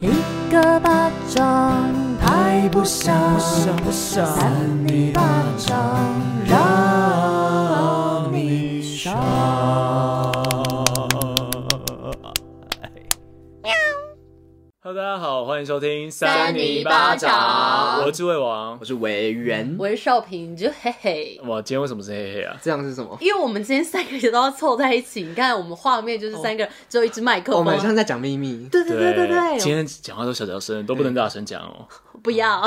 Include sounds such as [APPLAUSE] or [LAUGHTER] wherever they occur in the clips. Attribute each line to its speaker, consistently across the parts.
Speaker 1: 一个巴掌拍不响，
Speaker 2: 不想
Speaker 1: 扇你巴掌让你伤。
Speaker 2: Hello，大家好，欢迎收听
Speaker 3: 三
Speaker 2: 泥
Speaker 3: 泥巴掌
Speaker 2: 我是魏王
Speaker 3: 我。是维园。
Speaker 1: 嗯我是少平，你就嘿嘿。
Speaker 2: 哇，今天为什么是黑黑啊？
Speaker 3: 这样是什么？
Speaker 1: 因为我们今天三个人都要凑在一起，你看我们画面
Speaker 2: 哦
Speaker 1: 就是三个人，只有一只麦克
Speaker 3: 哦我
Speaker 1: 风。
Speaker 3: 们像在讲秘密。
Speaker 1: 对对对对
Speaker 2: 今
Speaker 1: 对，
Speaker 2: 天讲话都小小声，都不能大声讲哦。
Speaker 1: 不要，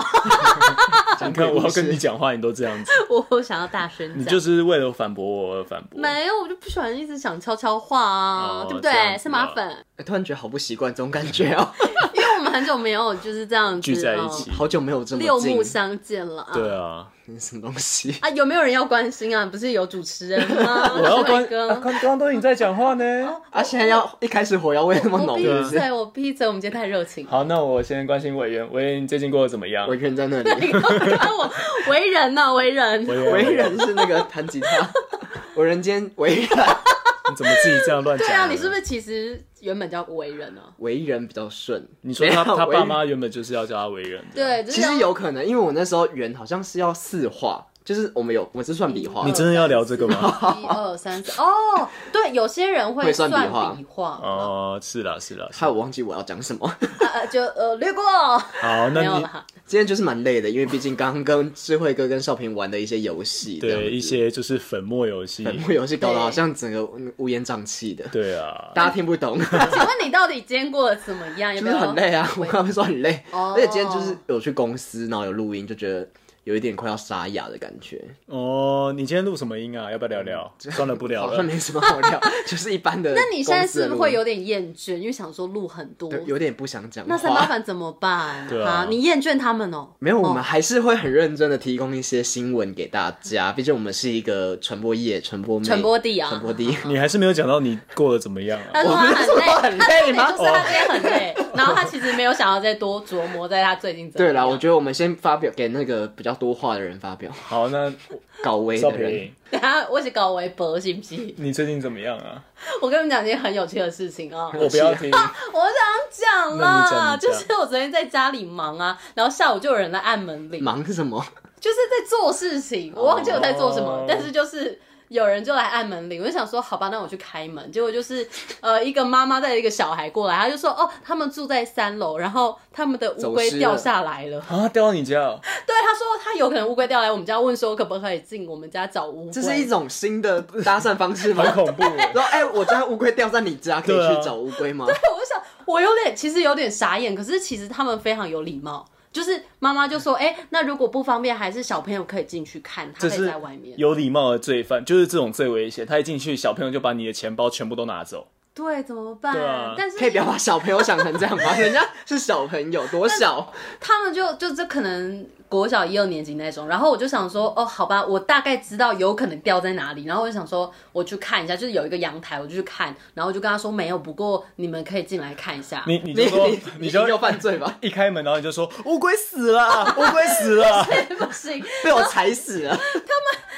Speaker 2: 你看，我要跟你讲话，你都这
Speaker 1: [LAUGHS]
Speaker 2: 样子，
Speaker 1: 我想要大声讲。
Speaker 2: 你就是为了反驳我而反驳。
Speaker 1: 没有，我就不喜欢一直讲悄悄话啊，
Speaker 2: 哦
Speaker 1: 对不
Speaker 2: 这样
Speaker 1: 对？
Speaker 2: 子
Speaker 1: 是马
Speaker 2: 啊
Speaker 1: 粉，
Speaker 3: 哎突然觉得好不习惯这种感觉
Speaker 1: [LAUGHS]
Speaker 3: 哦，
Speaker 1: 因为我们很久没有就是这样子
Speaker 2: 聚在一
Speaker 1: 嗯
Speaker 2: 起
Speaker 3: 好久没有这
Speaker 1: 六
Speaker 3: 么近
Speaker 1: 目。
Speaker 3: [LAUGHS]
Speaker 1: 相见了啊。
Speaker 2: 对啊，
Speaker 3: 什么东西？
Speaker 1: 啊，有没有人要关心啊？不是有主持人吗？
Speaker 2: [LAUGHS] 我要关，
Speaker 1: 帅哥
Speaker 2: 啊刚刚都你在讲话
Speaker 1: 哦
Speaker 2: 呢。
Speaker 3: 啊，现在要一开始火药味那么
Speaker 1: 我
Speaker 3: 浓，
Speaker 1: 闭
Speaker 3: 是不是？
Speaker 1: 嘴，我闭嘴，我们今天太热情。
Speaker 2: 好，那我先关心委员，委员你最近过得怎么样
Speaker 3: 维？园在那里，
Speaker 1: 看 [LAUGHS] 我为人呢、为人，
Speaker 2: 委
Speaker 3: [LAUGHS] 维
Speaker 2: 员，
Speaker 3: 园是那个弹吉他，我人间
Speaker 2: [LAUGHS]
Speaker 3: 维园，
Speaker 2: 你怎么自己这样乱讲？
Speaker 1: 对啊，你是不？是其实原本叫为人啊呢、
Speaker 3: 维园比较顺。
Speaker 2: 你说他
Speaker 3: 没有
Speaker 2: 他
Speaker 3: 委员
Speaker 2: 爸妈原本就是要叫他为人的，
Speaker 1: 对，啊就是
Speaker 3: 其实有可能，因为我那时候园好像是要四画，就是我们有我是算笔画
Speaker 2: 你，真的要聊这个吗？
Speaker 1: 一二三四哦，对，有些人会
Speaker 3: 会算
Speaker 1: 算
Speaker 3: 笔画
Speaker 1: 笔画，呃
Speaker 2: 哦，是啦是啦，是
Speaker 3: 害
Speaker 2: 啦
Speaker 3: 我忘记我要讲什么。 [LAUGHS]
Speaker 1: 呃，就呃略过，
Speaker 2: 好，那
Speaker 1: 没有
Speaker 2: 你
Speaker 1: 了哈。
Speaker 3: 今天就是蛮累的，因为毕竟刚刚跟智慧哥跟少平玩的一些游戏，这样子
Speaker 2: 对一些就是粉末游戏，
Speaker 3: 本部游戏搞得好像整个嗯乌烟瘴气的，
Speaker 2: 对啊，
Speaker 3: 大家听不
Speaker 1: [LAUGHS]
Speaker 3: 懂，就
Speaker 1: 请问你到底今天过得怎么样？有没
Speaker 3: 是
Speaker 1: 有
Speaker 3: 很累啊。我
Speaker 1: 喂
Speaker 3: 刚才说很累，
Speaker 1: 哦
Speaker 3: 而且今天就是有去公司，然后有录音，就觉得有一点快要沙哑的感觉，
Speaker 2: 哦，你今天录什么音啊？要不要聊聊？算了，不聊
Speaker 3: 好像
Speaker 2: 了。
Speaker 3: 没什么好
Speaker 1: [LAUGHS]
Speaker 3: 聊，就是一般的公司的录音。
Speaker 1: 那你现在是不是会有点厌倦？因为想说路很多，
Speaker 3: 对有点不想讲
Speaker 1: 那三八
Speaker 3: 话？
Speaker 1: 粉怎么办？
Speaker 2: 对啊
Speaker 1: 你厌倦他们哦？
Speaker 3: 没有，我们还是会很认真的提供一些新闻给大家，毕竟我们是一个传播业、传播妹
Speaker 1: 嗯传播地啊 [LAUGHS]
Speaker 3: 传播地。
Speaker 2: 你还是没有讲到你过得怎么样啊？
Speaker 1: 他说他很累，
Speaker 3: 我们说很累
Speaker 1: 他重点就是
Speaker 3: 吗哦
Speaker 1: 他今天很累，然后他其实没有想要再多琢磨在他最近怎么
Speaker 3: 对
Speaker 1: 样
Speaker 3: 啦，我觉得我们先发表给那个比较多话的人发表，
Speaker 2: 好，那
Speaker 3: 搞维
Speaker 2: 少
Speaker 3: 的人
Speaker 2: 平，，
Speaker 1: 等下 [LAUGHS] 我是搞微博，信不信？
Speaker 2: 你最近怎么样啊？
Speaker 1: 我跟你们讲一件很有趣的事情
Speaker 3: [LAUGHS]
Speaker 1: 啊、
Speaker 2: 我不要听，
Speaker 1: 我想
Speaker 2: 那你
Speaker 1: 讲
Speaker 2: 讲
Speaker 1: 啦，
Speaker 2: 你讲
Speaker 1: 就是我昨天在家里忙啊，然后下午就有人来按门铃，
Speaker 3: 忙是什么？
Speaker 1: 就是在做事情，我忘记我在做什么，
Speaker 2: 哦
Speaker 1: 但是就是。有人就来按门铃，我就想说，好吧，那我去开门。结果就是，呃，一个妈妈带着一个小孩过来，她就说，哦，他们住在三楼，然后他们的乌龟
Speaker 3: 走失了
Speaker 1: 掉下来了。
Speaker 2: 啊，掉到你家哦，
Speaker 1: 对，他说他有可能乌龟掉来我们家，问说可不可以进我们家找乌龟。
Speaker 3: 这是一种新的搭讪
Speaker 2: [LAUGHS]
Speaker 3: 方式吗？
Speaker 2: 很恐怖哦耶。
Speaker 3: 说哎、我家乌龟掉在你家，可以
Speaker 2: 对啊
Speaker 3: 去找乌龟吗？
Speaker 1: 我就想，我有点其实有点傻眼，可是其实他们非常有礼貌，就是妈妈就说，哎、那如果不方便，还是小朋友可以进去看，他
Speaker 2: 这
Speaker 1: 可以
Speaker 2: 是
Speaker 1: 在外面。
Speaker 2: 有礼貌的罪犯，就是这种最危险。他一进去，小朋友就把你的钱包全部都拿走。
Speaker 1: 对，怎么办？
Speaker 2: 对啊
Speaker 1: 但是
Speaker 3: 可以不要把小朋友想成这样吗？ [LAUGHS] 人家是小朋友，多小？
Speaker 1: 他们就就这可能国小一二年级那种，然后我就想说，哦，好吧，我大概知道有可能掉在哪里，然后我就想说，我去看一下，就是有一个阳台，我就去看，然后我就跟他说没有，不过你们可以进来看一下。
Speaker 2: 你你
Speaker 3: 你
Speaker 2: 就
Speaker 3: [LAUGHS]
Speaker 2: 说
Speaker 3: 你
Speaker 2: 你
Speaker 3: 就
Speaker 2: 就
Speaker 3: 又犯罪吧？
Speaker 2: 一开门，然后你就说乌龟死了，乌龟死了。
Speaker 1: 不行，
Speaker 3: 被我踩死
Speaker 2: [LAUGHS]
Speaker 3: 了！
Speaker 1: [LAUGHS]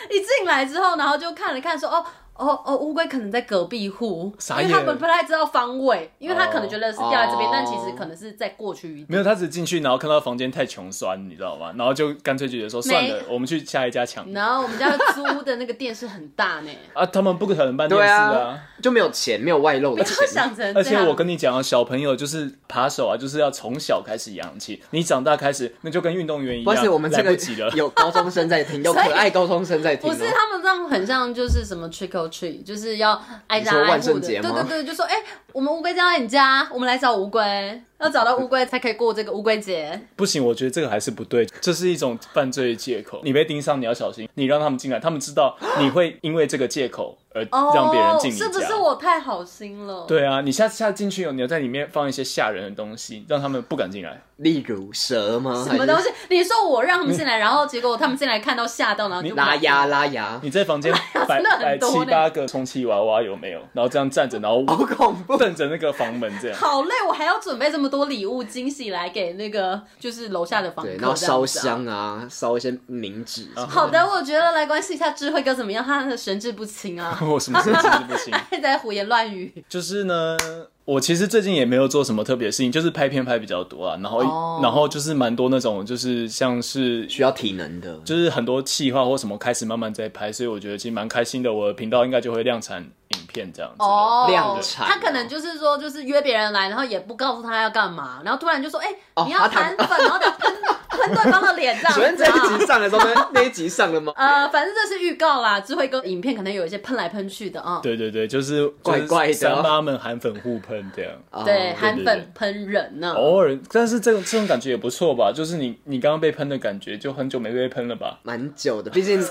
Speaker 1: 一进来之后，然后就看了看说，哦哦哦，乌龟可能在隔壁户，因
Speaker 2: 傻
Speaker 1: 为
Speaker 2: 眼
Speaker 1: 他们不太知道方位，因为他可能觉得是掉在这边，
Speaker 3: 哦
Speaker 1: 但其实可能是在过去一点。
Speaker 2: 没有，他只进去，然后看到房间太穷酸，你知道吗？然后就干脆就觉得说算了，我们去下一家抢
Speaker 1: 然后我们家租的那个店是很大呢，
Speaker 2: 啊！他们不可能办电
Speaker 3: 对
Speaker 2: 视
Speaker 3: 啊，就没有钱，没有外露的
Speaker 1: 会
Speaker 3: 钱。
Speaker 1: 想成
Speaker 2: [LAUGHS] 而
Speaker 1: 这
Speaker 2: 且
Speaker 1: 样。
Speaker 2: 我跟你讲啊，小朋友就是扒手啊，就是要从小开始养起。你长大开始，那就跟运动员一
Speaker 3: 不
Speaker 2: 样，
Speaker 3: 是我们这
Speaker 2: 来
Speaker 3: 个
Speaker 2: 不及了。
Speaker 3: 有高中生在听，有可爱高中生在听、
Speaker 1: 不是
Speaker 3: 哦。
Speaker 1: 他们这样很像就是什么 trick or treat，就是要挨家
Speaker 3: 你说
Speaker 1: 挨
Speaker 3: 万
Speaker 1: 户的，
Speaker 3: 圣
Speaker 1: 对
Speaker 3: 节吗
Speaker 1: 对对，就说哎、我们乌龟掉在你家，我们来找乌龟，要找到乌龟才可以过这个乌龟节。
Speaker 2: 不行，我觉得这个还是不对，这是一种犯罪的借口。你被盯上，你要小心。你让他们进来，他们知道你会因为这个借口而
Speaker 1: 哦，
Speaker 2: 让别人进你家。
Speaker 1: 是不是我太好心了？，
Speaker 2: 对啊，你下次下次进去哦，你要在里面放一些吓人的东西，让他们不敢进来。
Speaker 3: 例如蛇吗？
Speaker 1: 什么东
Speaker 3: 还是
Speaker 1: 西？你说我让他们进来，然后结果他们进来看到吓到，然后就
Speaker 3: 拉牙拉牙，
Speaker 2: 你在房
Speaker 1: [LAUGHS]
Speaker 2: 间摆
Speaker 1: 真的
Speaker 2: 摆
Speaker 1: 很多
Speaker 2: 七
Speaker 1: 呢
Speaker 2: 八个充气娃娃有没有？然后这样站着，然后
Speaker 3: 好恐怖！
Speaker 2: 瞪着那个房门这样。 [LAUGHS]
Speaker 1: 好累，我还要准备这么多礼物惊喜来给那个就是楼下的房客，
Speaker 3: 对，然后烧
Speaker 1: 这样子啊。
Speaker 3: 香啊，烧一些冥纸。
Speaker 2: 啊
Speaker 1: 好的，我觉得来关心一下智慧哥怎
Speaker 3: [LAUGHS]
Speaker 1: 么样，他的神志不清啊， [LAUGHS]
Speaker 2: 我什么事情都不行。
Speaker 1: 还在胡言乱语。
Speaker 2: 就是呢，我其实最近也没有做什么特别的事情，就是拍片拍比较多啊，然后、
Speaker 1: 哦
Speaker 2: 然后就是蛮多那种就是像是
Speaker 3: 需要体能的，
Speaker 2: 就是很多企划或什么开始慢慢在拍，所以我觉得其实蛮开心的。我的频道应该就会量产影片这样子的。
Speaker 1: 哦，
Speaker 3: 量产啊
Speaker 1: 他可能就是说，就是约别人来，然后也不告诉他要干嘛，然后突然就说，哎、
Speaker 3: 哦
Speaker 1: 你要弹粉，然后再喷喷对方的脸这样
Speaker 3: [LAUGHS] 昨天
Speaker 1: 子
Speaker 3: 这一
Speaker 1: 啊。
Speaker 3: 集上的时候呢，那一集上了吗？
Speaker 1: [LAUGHS] 呃，反正这是预告啦，智慧哥影片可能有一些喷来喷去的啊。
Speaker 2: 对对对，就是
Speaker 3: 怪怪的
Speaker 2: 就是三八们韩粉互喷这样。
Speaker 1: 对，
Speaker 3: 哦
Speaker 1: 韩
Speaker 2: 对对
Speaker 1: 粉喷人呢、
Speaker 2: 偶尔，但是这种这种感觉也不错吧？就是你你刚刚被喷的感觉，就很久没被喷了吧？
Speaker 3: 蛮久的，毕竟
Speaker 1: 么意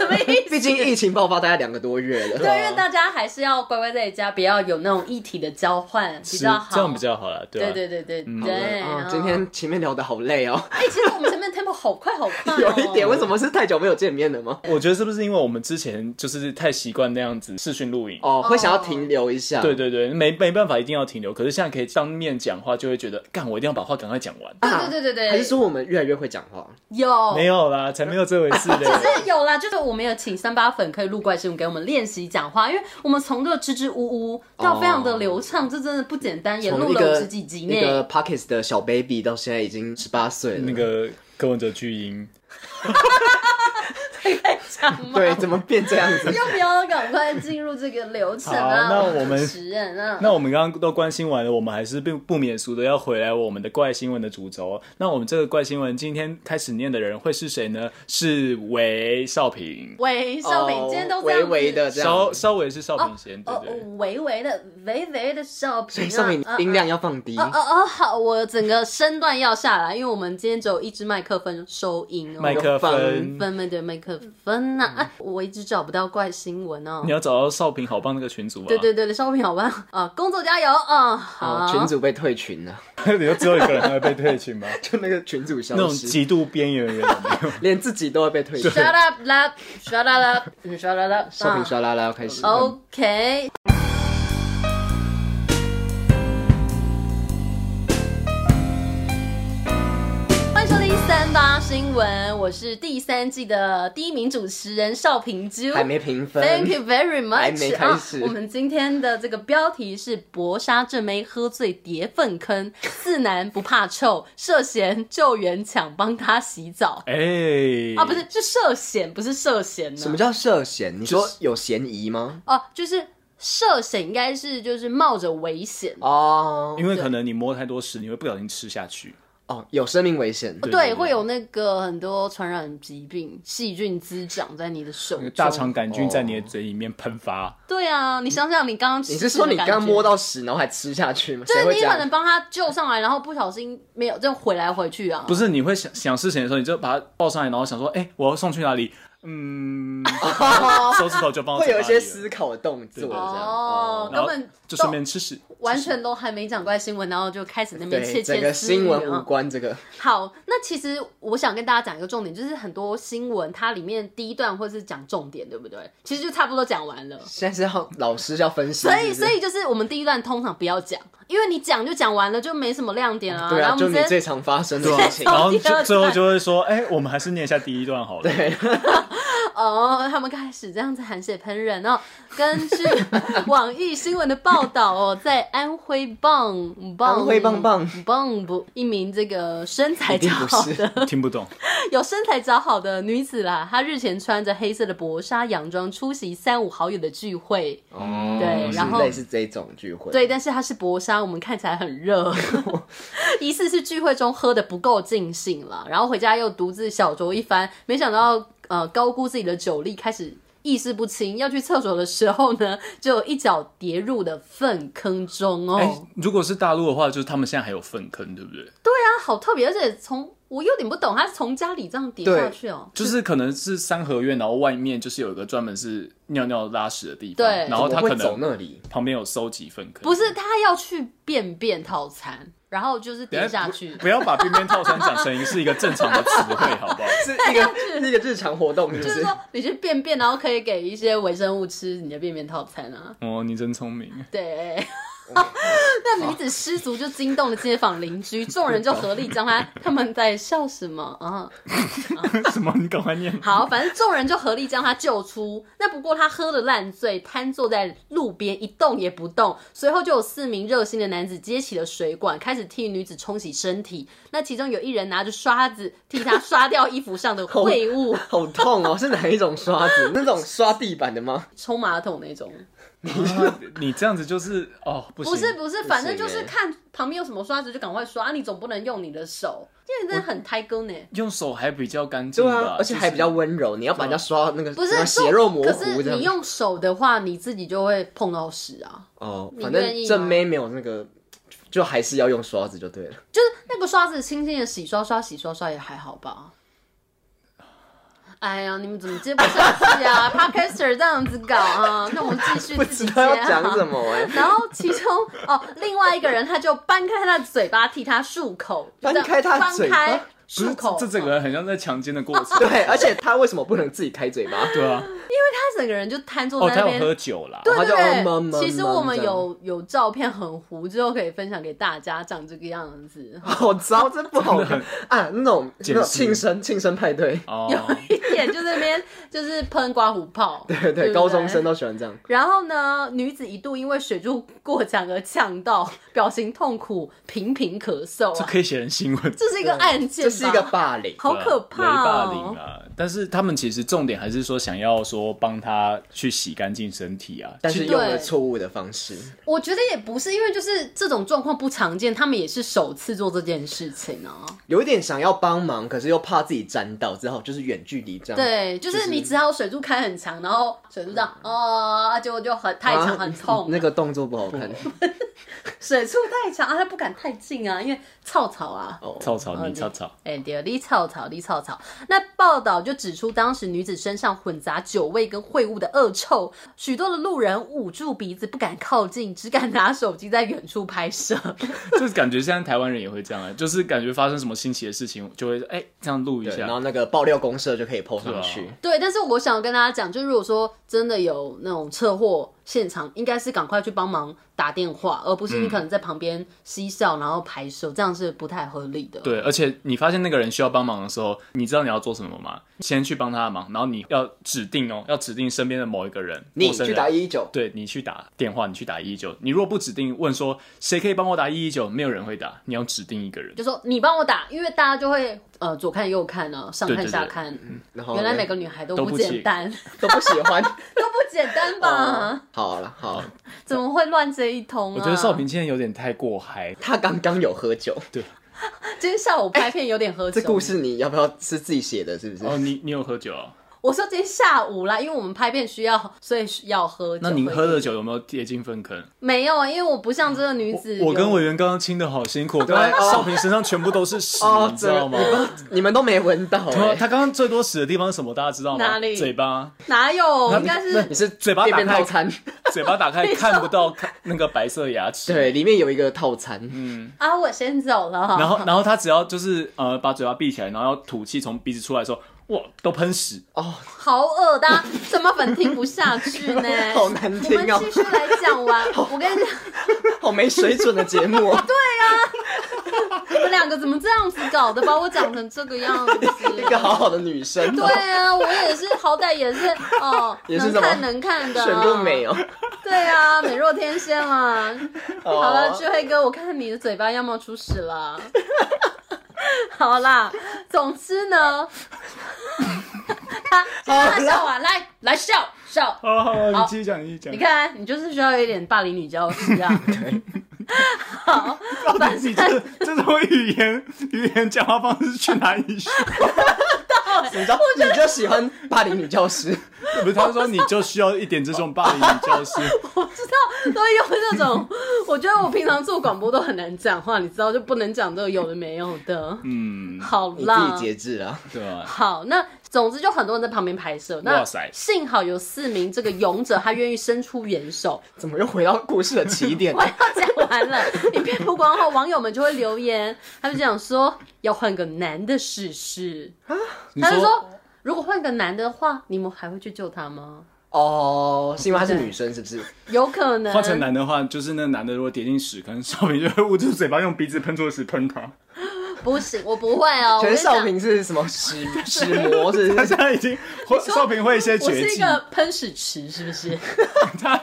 Speaker 1: 思
Speaker 3: 毕竟疫情爆发大概两个多月了。
Speaker 1: 对，因为大家还是要乖乖在家，不要有那种一体的交换，比
Speaker 2: 是
Speaker 1: 较好。
Speaker 2: 这样比较好啦，对吧、
Speaker 1: 对对对对对。
Speaker 3: 啊
Speaker 1: 嗯，
Speaker 3: 今天前面聊的好累哦，
Speaker 1: 哎，其实我们前面 tempo 好快好快、哦，
Speaker 3: 有一点，为什么是太久没有见面了吗？
Speaker 2: 我觉得是不是因为我们之前就是太习惯那样子视讯录影？
Speaker 3: 哦，会想要停留一下。
Speaker 2: 对对对，没没办法，一定要停留。可是现在可以当面讲话，就会觉得干，我一定要把话赶快讲完。
Speaker 1: 对对对对对，
Speaker 3: 啊还是说我们越来越会讲话？
Speaker 1: 有
Speaker 2: 没有啦，才没有这回事
Speaker 1: [LAUGHS]
Speaker 2: 嘞。
Speaker 1: 是有啦，就是我们有请三八粉可以录怪新闻给我们练习讲话，因为我们从这支支吾吾到非常的流畅，这真的不简单，也
Speaker 3: 从
Speaker 1: 录
Speaker 3: 一
Speaker 1: 了
Speaker 3: 个
Speaker 1: 十几集
Speaker 3: 那
Speaker 1: 呢
Speaker 3: 个。Pockets 的小 baby 到现在已经十八岁了，
Speaker 2: 那个柯文哲巨婴，
Speaker 1: 讲吗
Speaker 3: 对，怎么变这样子？
Speaker 1: 要不要赶快进入这个流程啊？
Speaker 2: 好那我们
Speaker 1: 主持人啊，
Speaker 2: [LAUGHS] 那我们刚刚都关心完了，我们还是不不免俗的要回来我们的怪新闻的主轴。那我们这个怪新闻今天开始念的人会是谁呢？是韦少平，
Speaker 1: 喂， [LAUGHS] 少平，
Speaker 3: 哦
Speaker 1: 今天都这样
Speaker 3: 微
Speaker 1: 子，
Speaker 3: 微的这
Speaker 2: 稍
Speaker 3: 样。
Speaker 2: 稍微是少平先，对
Speaker 1: 哦
Speaker 2: 不对？
Speaker 1: 哦，微微的，微微的少
Speaker 3: 所
Speaker 1: 平、
Speaker 3: 以
Speaker 1: 啊，
Speaker 3: 上面
Speaker 1: 嗯
Speaker 3: 音量要放低，
Speaker 1: 哦哦哦，好，我整个身段要下来，因为我们今天只有一支麦克风收音哦。
Speaker 2: 麦克风，
Speaker 1: 分分对麦克风
Speaker 3: 嗯
Speaker 1: 呐、啊，我一直找不到怪新闻哦
Speaker 2: 你。要找到少平好棒那个群主啊！
Speaker 1: 对对对对，烧饼好吧，啊，工作加油啊，好
Speaker 3: 哦，群主被退群了，
Speaker 2: 对， [LAUGHS] 你就只有一个人还会被退群
Speaker 1: [LAUGHS]
Speaker 2: 吗？
Speaker 3: 就那个群主消
Speaker 2: 那种
Speaker 3: 失，
Speaker 2: 极度边缘的人，
Speaker 3: 连自己都会被退群。
Speaker 1: ，shut up up shut up up shut up 啊 up，
Speaker 3: 少平刷啦啦要开始了。
Speaker 1: 哦 OK。欢迎收听三八新闻，我是第三季的第一名主持人邵平珠。
Speaker 3: 还没评分。
Speaker 1: Thank you very much。
Speaker 3: 还没开始
Speaker 1: 啊。我们今天的这个标题是“搏杀正妹喝醉跌粪
Speaker 3: [LAUGHS]
Speaker 1: 坑，四男不怕臭，涉嫌救援抢帮他洗澡
Speaker 2: 哎”。
Speaker 1: 啊，不是，是涉嫌，不是涉嫌啊呢。
Speaker 3: 什么叫涉嫌？你说
Speaker 2: 就是
Speaker 3: 有嫌疑吗？
Speaker 1: 哦，就是涉险应该是就是冒着危险，
Speaker 3: 哦
Speaker 2: 因为可能你摸太多屎，你会不小心吃下去。
Speaker 3: 哦，有生命危险。
Speaker 2: 对
Speaker 1: 对，会有那个很多传染疾病、细菌滋长在你的手
Speaker 2: 那个
Speaker 1: 中。
Speaker 2: 大肠杆菌在
Speaker 1: 哦
Speaker 2: 你的嘴里面喷发，
Speaker 1: 对啊，你想想你刚刚吃
Speaker 3: 你是说你
Speaker 1: 的感觉
Speaker 3: 刚摸。到屎，然后还吃下去吗？
Speaker 1: 就
Speaker 3: 谁
Speaker 1: 是
Speaker 3: 会
Speaker 1: 你
Speaker 3: 这
Speaker 1: 可能
Speaker 3: 样？
Speaker 1: 帮他救上来，然后不小心没有，就回来回去啊。
Speaker 2: 不是你会想想事情的时候，你就把它抱上来，然后想说，哎、我要送去哪里？嗯，
Speaker 3: [LAUGHS]
Speaker 2: [LAUGHS] 手指头就放到
Speaker 3: 会
Speaker 2: 嘴巴里
Speaker 3: 有一
Speaker 2: 了
Speaker 3: 些思考的动作，这
Speaker 2: 对
Speaker 3: 样。
Speaker 1: 哦
Speaker 2: 然后
Speaker 1: 根本
Speaker 2: 就顺便吃屎。
Speaker 1: 完全都还没讲怪新闻，然后就开始那边窃
Speaker 3: 对，整
Speaker 1: 窃
Speaker 3: 个
Speaker 1: 私
Speaker 3: 新
Speaker 1: 语
Speaker 3: 闻无
Speaker 1: 啊。
Speaker 3: 关这个。
Speaker 1: 好，那其实我想跟大家讲一个重点，就是很多新闻它里面第一段会是讲重点，对不对？其实就差不多讲完了。
Speaker 3: 现在是要老师要分析，
Speaker 1: 所以，
Speaker 3: 是不
Speaker 1: 所
Speaker 3: 是
Speaker 1: 以就是我们第一段通常不要讲，因为你讲就讲完了，就没什么亮点啊。
Speaker 3: 对
Speaker 1: 然
Speaker 3: 啊，
Speaker 1: 后
Speaker 3: 就
Speaker 1: 我
Speaker 3: 你
Speaker 1: 们直
Speaker 3: 最
Speaker 1: 接
Speaker 3: 常发生的
Speaker 2: 对啊
Speaker 3: 事情
Speaker 1: [LAUGHS]
Speaker 2: 然。后
Speaker 1: 第二
Speaker 2: 就
Speaker 1: 段
Speaker 2: 最后就会说，哎、我们还是念一下第一段好了。
Speaker 3: 对，
Speaker 1: 哦，他们开始这样子含血喷人哦。根据网易新闻的报道哦，在安徽棒棒
Speaker 3: 安徽棒棒
Speaker 1: 棒不一名这个身材
Speaker 3: 一定
Speaker 1: 较
Speaker 3: 不
Speaker 1: 好
Speaker 3: 是
Speaker 1: 的
Speaker 2: 听不懂，
Speaker 1: [LAUGHS] 有身材较好的女子啦，她日前穿着黑色的薄纱洋装出席三五好友的聚会，
Speaker 3: 哦
Speaker 1: 对然后
Speaker 3: 类似这种聚会，
Speaker 1: 对，但是她是薄纱，我们看起来很热。 [LAUGHS] 疑似是聚会中喝的不够尽兴了，然后回家又独自小酌一番，没想到呃高估自己的酒力，开始意识不清。要去厕所的时候呢，就一脚跌入了粪坑中哦。
Speaker 2: 哎、如果是大陆的话，就是他们现在还有粪坑，对不对？
Speaker 1: 啊，好特别，而且从我有点不懂，他是从家里这样跌
Speaker 3: 对
Speaker 1: 下去哦。
Speaker 2: 就是可能是三合院，然后外面就是有一个专门是尿尿拉屎的地方，
Speaker 1: 对
Speaker 2: 然后他
Speaker 3: 怎么
Speaker 2: 可
Speaker 3: 会走
Speaker 2: 能
Speaker 1: [LAUGHS]
Speaker 3: 那里，
Speaker 2: 旁边有收集粪坑，
Speaker 1: 不是他要去便便套餐，然后就是
Speaker 2: 等
Speaker 1: 跌
Speaker 2: 一
Speaker 1: 下去
Speaker 2: 不。不要把边边套餐讲成是一个正常的词汇，好
Speaker 3: [LAUGHS]
Speaker 2: 不好？
Speaker 3: 是一个是一个日常活动，就
Speaker 1: 就是
Speaker 3: 是
Speaker 1: 说，你去便便，然后可以给一些微生物吃你的便便套餐啊。
Speaker 2: 哦，你真聪明。 [LAUGHS]
Speaker 1: 对，嗯那女子失足就惊动了街坊邻居，众人就合力将她他们在笑什么啊？
Speaker 2: 什么？你赶快
Speaker 3: [LAUGHS]
Speaker 2: 念。
Speaker 1: 好，反正众人就合力将她救出。那不过她喝了烂醉，瘫坐在路边一动也不动。随后就有四名热心的男子接起了水管，开始替女子冲洗身体。那其中有一人拿着刷子替她刷掉衣服上的秽物，
Speaker 3: 好痛 [LAUGHS] 哦！是哪一种刷 [LAUGHS] 子？那种刷地板的吗？
Speaker 1: 冲马桶那种。
Speaker 2: 你这样子就是哦，不行，
Speaker 1: 不是不是，反正就是
Speaker 3: 欸
Speaker 1: 看旁边有什么刷子就赶快刷，啊你总不能用你的手，这真的很胎哥呢。
Speaker 2: 用手还比较干净
Speaker 3: 对
Speaker 2: 吧，
Speaker 3: 啊，而且还比较温柔，你要把人家刷到那个
Speaker 1: 嗯不
Speaker 3: 什
Speaker 1: 是
Speaker 3: 么血肉模
Speaker 1: 可
Speaker 3: 糊
Speaker 1: 是
Speaker 3: 这
Speaker 1: 你
Speaker 3: 样。
Speaker 1: 用手的话，你自己就会碰到屎啊。
Speaker 3: 哦，
Speaker 1: 你
Speaker 3: 反
Speaker 1: 愿意
Speaker 3: 正
Speaker 1: 吗
Speaker 3: 正妹没有那个，就还是要用刷子就对了。
Speaker 1: 就是那个刷子轻轻的洗刷刷洗刷刷也还好吧。哎呀，你们怎么接不下去啊
Speaker 3: [LAUGHS]
Speaker 1: ？Podcaster 这样子搞啊，那我们继续
Speaker 3: [LAUGHS] 不
Speaker 1: 自
Speaker 3: 知
Speaker 1: 己接
Speaker 3: 道要讲什
Speaker 1: 啊。
Speaker 3: 么哎、
Speaker 1: 然后其中哦，另外一个人他就扳开他的嘴巴替他漱口，就这样
Speaker 3: 扳开他的
Speaker 1: 扳
Speaker 3: 嘴巴
Speaker 1: 开
Speaker 2: 不是
Speaker 1: 漱口，
Speaker 2: 这这整个很像在强奸的过程，
Speaker 1: [LAUGHS]
Speaker 3: [LAUGHS] 对，而且他为什么不能自己开嘴巴？
Speaker 2: 对啊，
Speaker 1: 他整个人就瘫坐
Speaker 2: 哦，
Speaker 1: 在
Speaker 2: 他
Speaker 1: 那
Speaker 2: 有
Speaker 1: 边，
Speaker 2: 喝酒啦，
Speaker 1: 对
Speaker 3: 他就
Speaker 1: 对
Speaker 3: 嗯嗯
Speaker 1: 对，
Speaker 3: 嗯
Speaker 1: 其实我们
Speaker 3: 这样
Speaker 1: 有有照片很糊，之后可以分享给大家，长这个样子，
Speaker 3: 好糟，真不好看啊！那种那
Speaker 2: 解
Speaker 3: 种
Speaker 2: 释
Speaker 3: 庆生庆生派对，
Speaker 2: 哦，
Speaker 1: 有一点就在那边 [LAUGHS] 就是喷刮胡泡，对
Speaker 3: 对
Speaker 1: 不对，
Speaker 3: 对，高中生。都喜欢这样。
Speaker 1: 然后呢，女子一度因为水柱过墙而呛到，表情痛苦，频频咳嗽
Speaker 2: 这
Speaker 1: 啊，
Speaker 2: 可以写成新闻，
Speaker 1: 这是一个案件吧，
Speaker 3: 这是一个霸凌，
Speaker 1: [LAUGHS] 好可怕
Speaker 2: 对啊
Speaker 1: 哦
Speaker 2: 微霸凌。啊！但是他们其实重点还是说想要说帮他去洗干净身体啊，
Speaker 3: 但
Speaker 2: 其
Speaker 3: 是
Speaker 2: 实
Speaker 3: 用了错误的方式。
Speaker 1: 我觉得也不是，因为就是这种状况不常见，他们也是首次做这件事情啊。
Speaker 3: 有一点想要帮忙，可是又怕自己沾到，只好就是远距离这样。啊
Speaker 1: 对，就是你只要水柱开很长，然后水柱这样，哦，结果就很太
Speaker 3: 啊，
Speaker 1: 长很痛，
Speaker 3: 那个动作不
Speaker 2: [LAUGHS]
Speaker 3: 好看。
Speaker 1: 水柱太长啊，他不敢太近啊，因为草草啊。
Speaker 3: 哦，
Speaker 2: 草草
Speaker 1: 哦
Speaker 2: 你草草，
Speaker 1: 哎、对，离草草，离草草。那报道就指出，当时女子身上混杂酒味跟秽物的恶臭，许多的路人捂住鼻子不敢靠近，只敢拿手机在远处拍摄。 [LAUGHS]
Speaker 2: 就是感觉现在台湾人也会这样啊，就是感觉发生什么新奇的事情就会哎、这样录一
Speaker 3: 对，
Speaker 2: 下
Speaker 3: 然，后那个爆料公社就可以 PO 上去
Speaker 2: 对啊。
Speaker 1: 对，但是我想跟大家讲，就如果说真的有那种车祸现场，应该是赶快去帮忙打电话，而不是你可能在旁边嬉笑然后拍手，这样是不太合理的。
Speaker 2: 对，而且你发现那个人需要帮忙的时候，你知道你要做什么吗？先去帮他的忙，然后你要指定哦，要指定身边的某一个人，
Speaker 3: 你
Speaker 2: 陌生
Speaker 3: 去
Speaker 2: 人
Speaker 3: 打一一九，
Speaker 2: 对你去打电话，你去打一一九。你如果不指定问说谁可以帮我打一一九，没有人会打，你要指定一个人。
Speaker 1: 就说你帮我打，因为大家就会呃左看右看啊，上看下看。
Speaker 3: 然后
Speaker 1: 原来每个
Speaker 3: 个
Speaker 1: 女孩都
Speaker 2: 都
Speaker 1: 不
Speaker 2: 不
Speaker 1: 简
Speaker 2: 行
Speaker 1: 单，
Speaker 3: 都不喜
Speaker 1: [LAUGHS]
Speaker 3: 欢。
Speaker 1: 都不简单吧？
Speaker 3: 好了，好，
Speaker 1: 怎么会乱这一通啊？
Speaker 2: 我觉得少平今天有点太过嗨，
Speaker 3: 他刚刚有喝酒，
Speaker 1: 今天下午拍片有点喝酒。
Speaker 3: 这故事你要不要是自己写的？是不是？
Speaker 2: 哦，你你有喝酒、哦？
Speaker 1: 我说今天下午啦，因为我们拍片需要，所以需要喝酒。
Speaker 2: 那你喝的酒有没有跌进粪坑？
Speaker 1: 没有啊？因为我不像这个女子
Speaker 2: 我我跟
Speaker 1: 有啊
Speaker 2: 委员刚刚亲的好辛苦，刚才
Speaker 3: 对哦
Speaker 2: 少平身上全部都是屎，
Speaker 1: 哦
Speaker 2: 你知
Speaker 3: 这
Speaker 2: 道吗？
Speaker 3: 你们都没闻到
Speaker 2: 对啊
Speaker 3: 哎。
Speaker 2: 他刚刚最多屎的地方是什么？大家知道吗？
Speaker 1: 哪里
Speaker 2: 嘴巴，
Speaker 1: 哪有？应该是
Speaker 3: 你是
Speaker 2: 嘴巴打
Speaker 3: 便
Speaker 2: 开 [LAUGHS]
Speaker 3: 便套餐，
Speaker 2: 嘴巴打开看不到看那个白色牙齿。。
Speaker 3: 对，里面有一个套餐，
Speaker 2: 嗯
Speaker 1: 啊，我先走了哈。
Speaker 2: 然后，然后他只要就是呃把嘴巴闭起来，然后要吐气从鼻子出来的时候，哇，都喷屎。
Speaker 3: 哦
Speaker 1: 好恶的、啊，什么粉听不下去呢？
Speaker 3: 好难听哦
Speaker 1: 我们继续来讲完。我跟你讲，
Speaker 3: 好没水准的节目
Speaker 1: [LAUGHS]
Speaker 3: 哦，
Speaker 1: 你们两个怎么这样子搞的？把我讲成这个样子。
Speaker 3: 一个好好的女生，
Speaker 1: 啊对，啊，我也是，好歹也是哦，
Speaker 3: 也是
Speaker 1: 能
Speaker 3: 什么
Speaker 1: 看能看的、
Speaker 3: 选
Speaker 1: 啊，
Speaker 3: 不美哦。
Speaker 1: [LAUGHS] 对啊，美若天仙啦。
Speaker 3: 哦
Speaker 1: 好了，智慧哥，我看你的嘴巴要冒出屎了。 [LAUGHS] 好啦，总之呢， [LAUGHS] 他他笑完，来来笑笑。
Speaker 2: 好好，
Speaker 1: 好
Speaker 2: 啊你继续讲，你继续讲
Speaker 1: 你。看，你就是需要有一点霸凌女教师
Speaker 3: [LAUGHS]
Speaker 1: 啊。好，
Speaker 2: 到底你这 [LAUGHS] 这种语言语言讲话方式去哪里学？
Speaker 3: 你知道，你就喜欢霸凌女
Speaker 1: [LAUGHS]
Speaker 3: 教师，
Speaker 2: [LAUGHS] 不是，他说你就需要一点这种霸凌女教师， [LAUGHS]
Speaker 1: 我知道都有这种，我觉得我平常做广播都很难讲话，你知道就不能讲这个有的没有的。
Speaker 2: 嗯，
Speaker 1: 好
Speaker 3: 你
Speaker 1: 啦
Speaker 3: 自己，节制啊。
Speaker 2: 对吧？
Speaker 1: 好，那总之就很多人在旁边拍摄。那
Speaker 2: 哇塞
Speaker 1: 幸好有四名这个勇者，他愿意伸出援手。 [LAUGHS]
Speaker 3: 怎么又回到故事的起点
Speaker 1: 我？要讲完了， [LAUGHS] 影片曝光后，网友们就会留言，他们就讲说要换个男的试试。
Speaker 2: 啊你
Speaker 1: 他就
Speaker 2: 说
Speaker 1: 说，如果换个男的话，你们还会去救他吗？
Speaker 3: 哦，是因为她是女生是不是？
Speaker 1: 有可能
Speaker 2: 换成男的话，就是那男的如果跌进屎坑，少平就会捂住嘴巴，用鼻子喷出屎喷他。
Speaker 1: 不行，我不会哦。
Speaker 3: 全
Speaker 1: 我跟你
Speaker 3: 是
Speaker 1: 讲
Speaker 3: 少平是什么屎屎魔是不
Speaker 2: 他
Speaker 1: [LAUGHS]
Speaker 3: 是？
Speaker 2: 现在已经，少平会一些
Speaker 1: 我
Speaker 2: 绝
Speaker 1: 是一
Speaker 2: 技，
Speaker 1: 个喷屎池，是不是？
Speaker 2: [LAUGHS] 他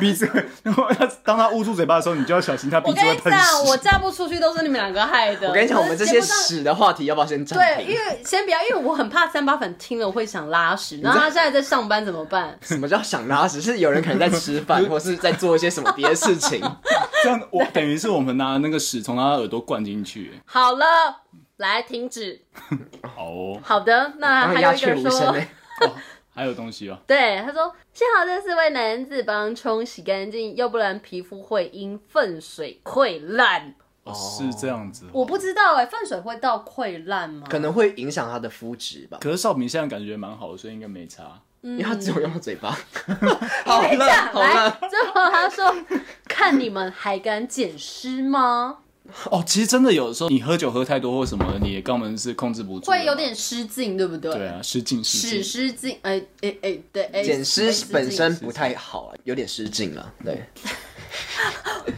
Speaker 2: 鼻子会，然后他当他捂住嘴巴的时候，你就要小心他鼻
Speaker 1: 我
Speaker 2: 子
Speaker 1: 跟
Speaker 2: 会
Speaker 1: 你
Speaker 2: [LAUGHS] 喷
Speaker 1: 讲，我
Speaker 2: 屎。
Speaker 1: 嫁不出去都是你们两个害的。
Speaker 3: 我跟你讲，我们这些
Speaker 1: 节目上
Speaker 3: 屎的话题要不要先暂
Speaker 1: 对，
Speaker 3: 停
Speaker 1: 因？为先不要，因为我很怕三八粉听了会想拉 [LAUGHS] 屎，然后他现在在上班怎么办？
Speaker 3: 什么叫想拉屎？是有人可能在吃
Speaker 1: [LAUGHS]
Speaker 3: 饭，或是在做一些什么别的事情。
Speaker 1: 啊
Speaker 2: 这样我等于是我们拿那个屎从他耳朵灌进去。
Speaker 1: 好了，来停止。
Speaker 2: 好哦，
Speaker 1: 好的，那
Speaker 3: 然后
Speaker 1: 还有
Speaker 3: 鸦
Speaker 1: 一个
Speaker 3: 雀
Speaker 1: 人
Speaker 3: 无声
Speaker 1: 说，
Speaker 3: 欸
Speaker 2: 还有东西哦。
Speaker 1: 对，他说幸好这四位男子帮冲洗干净，要不然皮肤会因粪水溃烂。
Speaker 2: 哦是这样子哦。
Speaker 1: 我不知道哎、粪水会到溃烂吗？
Speaker 3: 可能会影响他的肤质吧，
Speaker 2: 可是少平现在感觉蛮好的，所以应该没差。
Speaker 3: 因为他只有用到嘴
Speaker 1: [LAUGHS]
Speaker 3: 巴。
Speaker 1: [LAUGHS]
Speaker 3: 好
Speaker 1: 嗯等一
Speaker 3: 了
Speaker 1: 下，
Speaker 3: 好
Speaker 1: 来
Speaker 3: 了，，
Speaker 1: 最后他说：“ [LAUGHS] 看你们还敢捡尸吗？
Speaker 2: 哦，其实真的有时候你喝酒喝太多或什么的，你的肛门是控制不住的嘛，
Speaker 1: 会有点失禁，对不对？”
Speaker 2: 对啊，失禁
Speaker 1: 使
Speaker 2: 失禁。
Speaker 1: 失禁，哎哎哎，对，哎，
Speaker 3: 捡
Speaker 1: 哎
Speaker 3: 尸本，
Speaker 1: 失
Speaker 3: 身
Speaker 1: 禁
Speaker 3: 不太好，啊有点失禁了。对，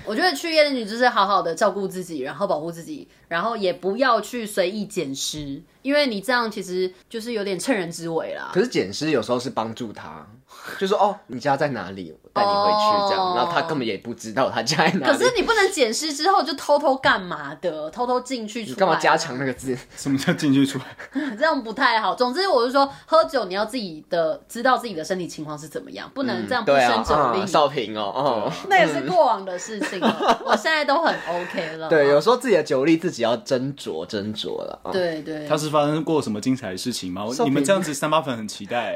Speaker 1: 我觉得去夜店局就是好好的照顾自己，然后保护自己，然后也不要去随意捡尸，因为你这样其实就是有点趁人之危啦。
Speaker 3: 可是捡尸有时候是帮助他，就说哦，你家在哪里，我带你回去这
Speaker 1: 哦
Speaker 3: 样，然后他根本也不知道他家在哪
Speaker 1: 可
Speaker 3: 里
Speaker 1: 是。你不能捡尸之后就偷偷干嘛的？偷偷进去出
Speaker 3: 你
Speaker 1: 来？
Speaker 3: 干嘛加 [LAUGHS] 强那个字？
Speaker 2: 什么叫进去出来？
Speaker 1: 这样不太好。总之，我是说，喝酒你要自己的知道自己的身体情况是怎么样，不能这样不
Speaker 3: 对
Speaker 1: 胜
Speaker 3: 啊，
Speaker 1: 酒力。
Speaker 3: 啊少平哦，哦，
Speaker 1: 那也是过往的事情
Speaker 3: [LAUGHS]
Speaker 1: 了，我现在都很 OK 了。
Speaker 3: 对，有时候自己的酒力自己要斟酌斟酌了。哦
Speaker 1: 对对。
Speaker 2: 他是发生过什么精彩的事情吗？我
Speaker 3: 少
Speaker 2: 你
Speaker 3: 平
Speaker 2: 们这样子三八粉很期待。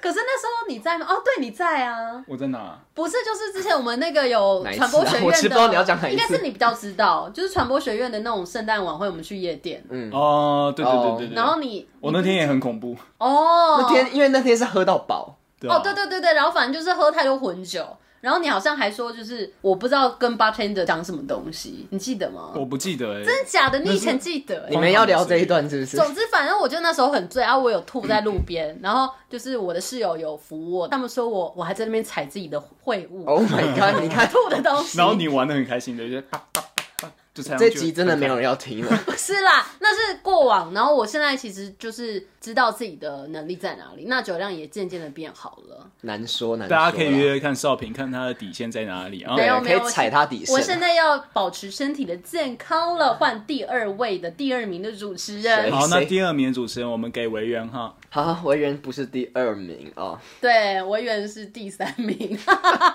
Speaker 1: 可是那时候你在吗？哦，对，你在啊。
Speaker 2: [LAUGHS] 我在哪？
Speaker 1: 不是，就是之前我们那个有
Speaker 3: 哪一次啊
Speaker 1: 传播学院的，
Speaker 3: 我其实不知道你要讲哪一
Speaker 1: 应
Speaker 3: 次
Speaker 1: 该是你比较知道，就是传播学院的那种圣诞晚会，我们去夜店，
Speaker 3: 嗯
Speaker 2: 哦，对对对对对。
Speaker 1: 然后你
Speaker 2: 我那天也很恐怖。
Speaker 1: 哦，
Speaker 3: 那天因为那天是喝到饱，
Speaker 2: 对啊
Speaker 1: 哦，对对对对，然后反正就是喝太多混酒，然后你好像还说就是我不知道跟 bartender 讲什么东西，你记得吗？
Speaker 2: 我不记得哎、
Speaker 1: 真的假的？你以前
Speaker 2: 那
Speaker 1: 记得、欸？
Speaker 3: 你们要聊这一段是不是？
Speaker 1: 总之，反正我就那时候很醉，然、啊后我有吐在路边，然后就是我的室友有扶我，他们说我我还在那边踩自己的秽物
Speaker 3: [LAUGHS] Oh my god！你看，
Speaker 1: 吐的东
Speaker 2: [LAUGHS]
Speaker 1: 西。
Speaker 2: 然后你玩的很开心的，就啪啪啪啪，就踩上
Speaker 3: 这
Speaker 2: 去
Speaker 3: 集真的没有人要听了。
Speaker 1: [LAUGHS] 不是啦，那是过往。然后我现在其实就是知道自己的能力在哪里，那酒量也渐渐的变好了。
Speaker 3: 难说难说啦，
Speaker 2: 大家可以约约看少平，看他的底线在哪里啊。
Speaker 1: 没有
Speaker 3: 对，
Speaker 1: 没有
Speaker 3: 可以踩他底线。
Speaker 1: 我现在要保持身体的健康了，换第二位的第二名的主持人
Speaker 3: 谁。
Speaker 2: 好，那第二名主持人我们给维园哈，
Speaker 3: 好，维园不是第二名哦，
Speaker 1: 对，我远是第三名。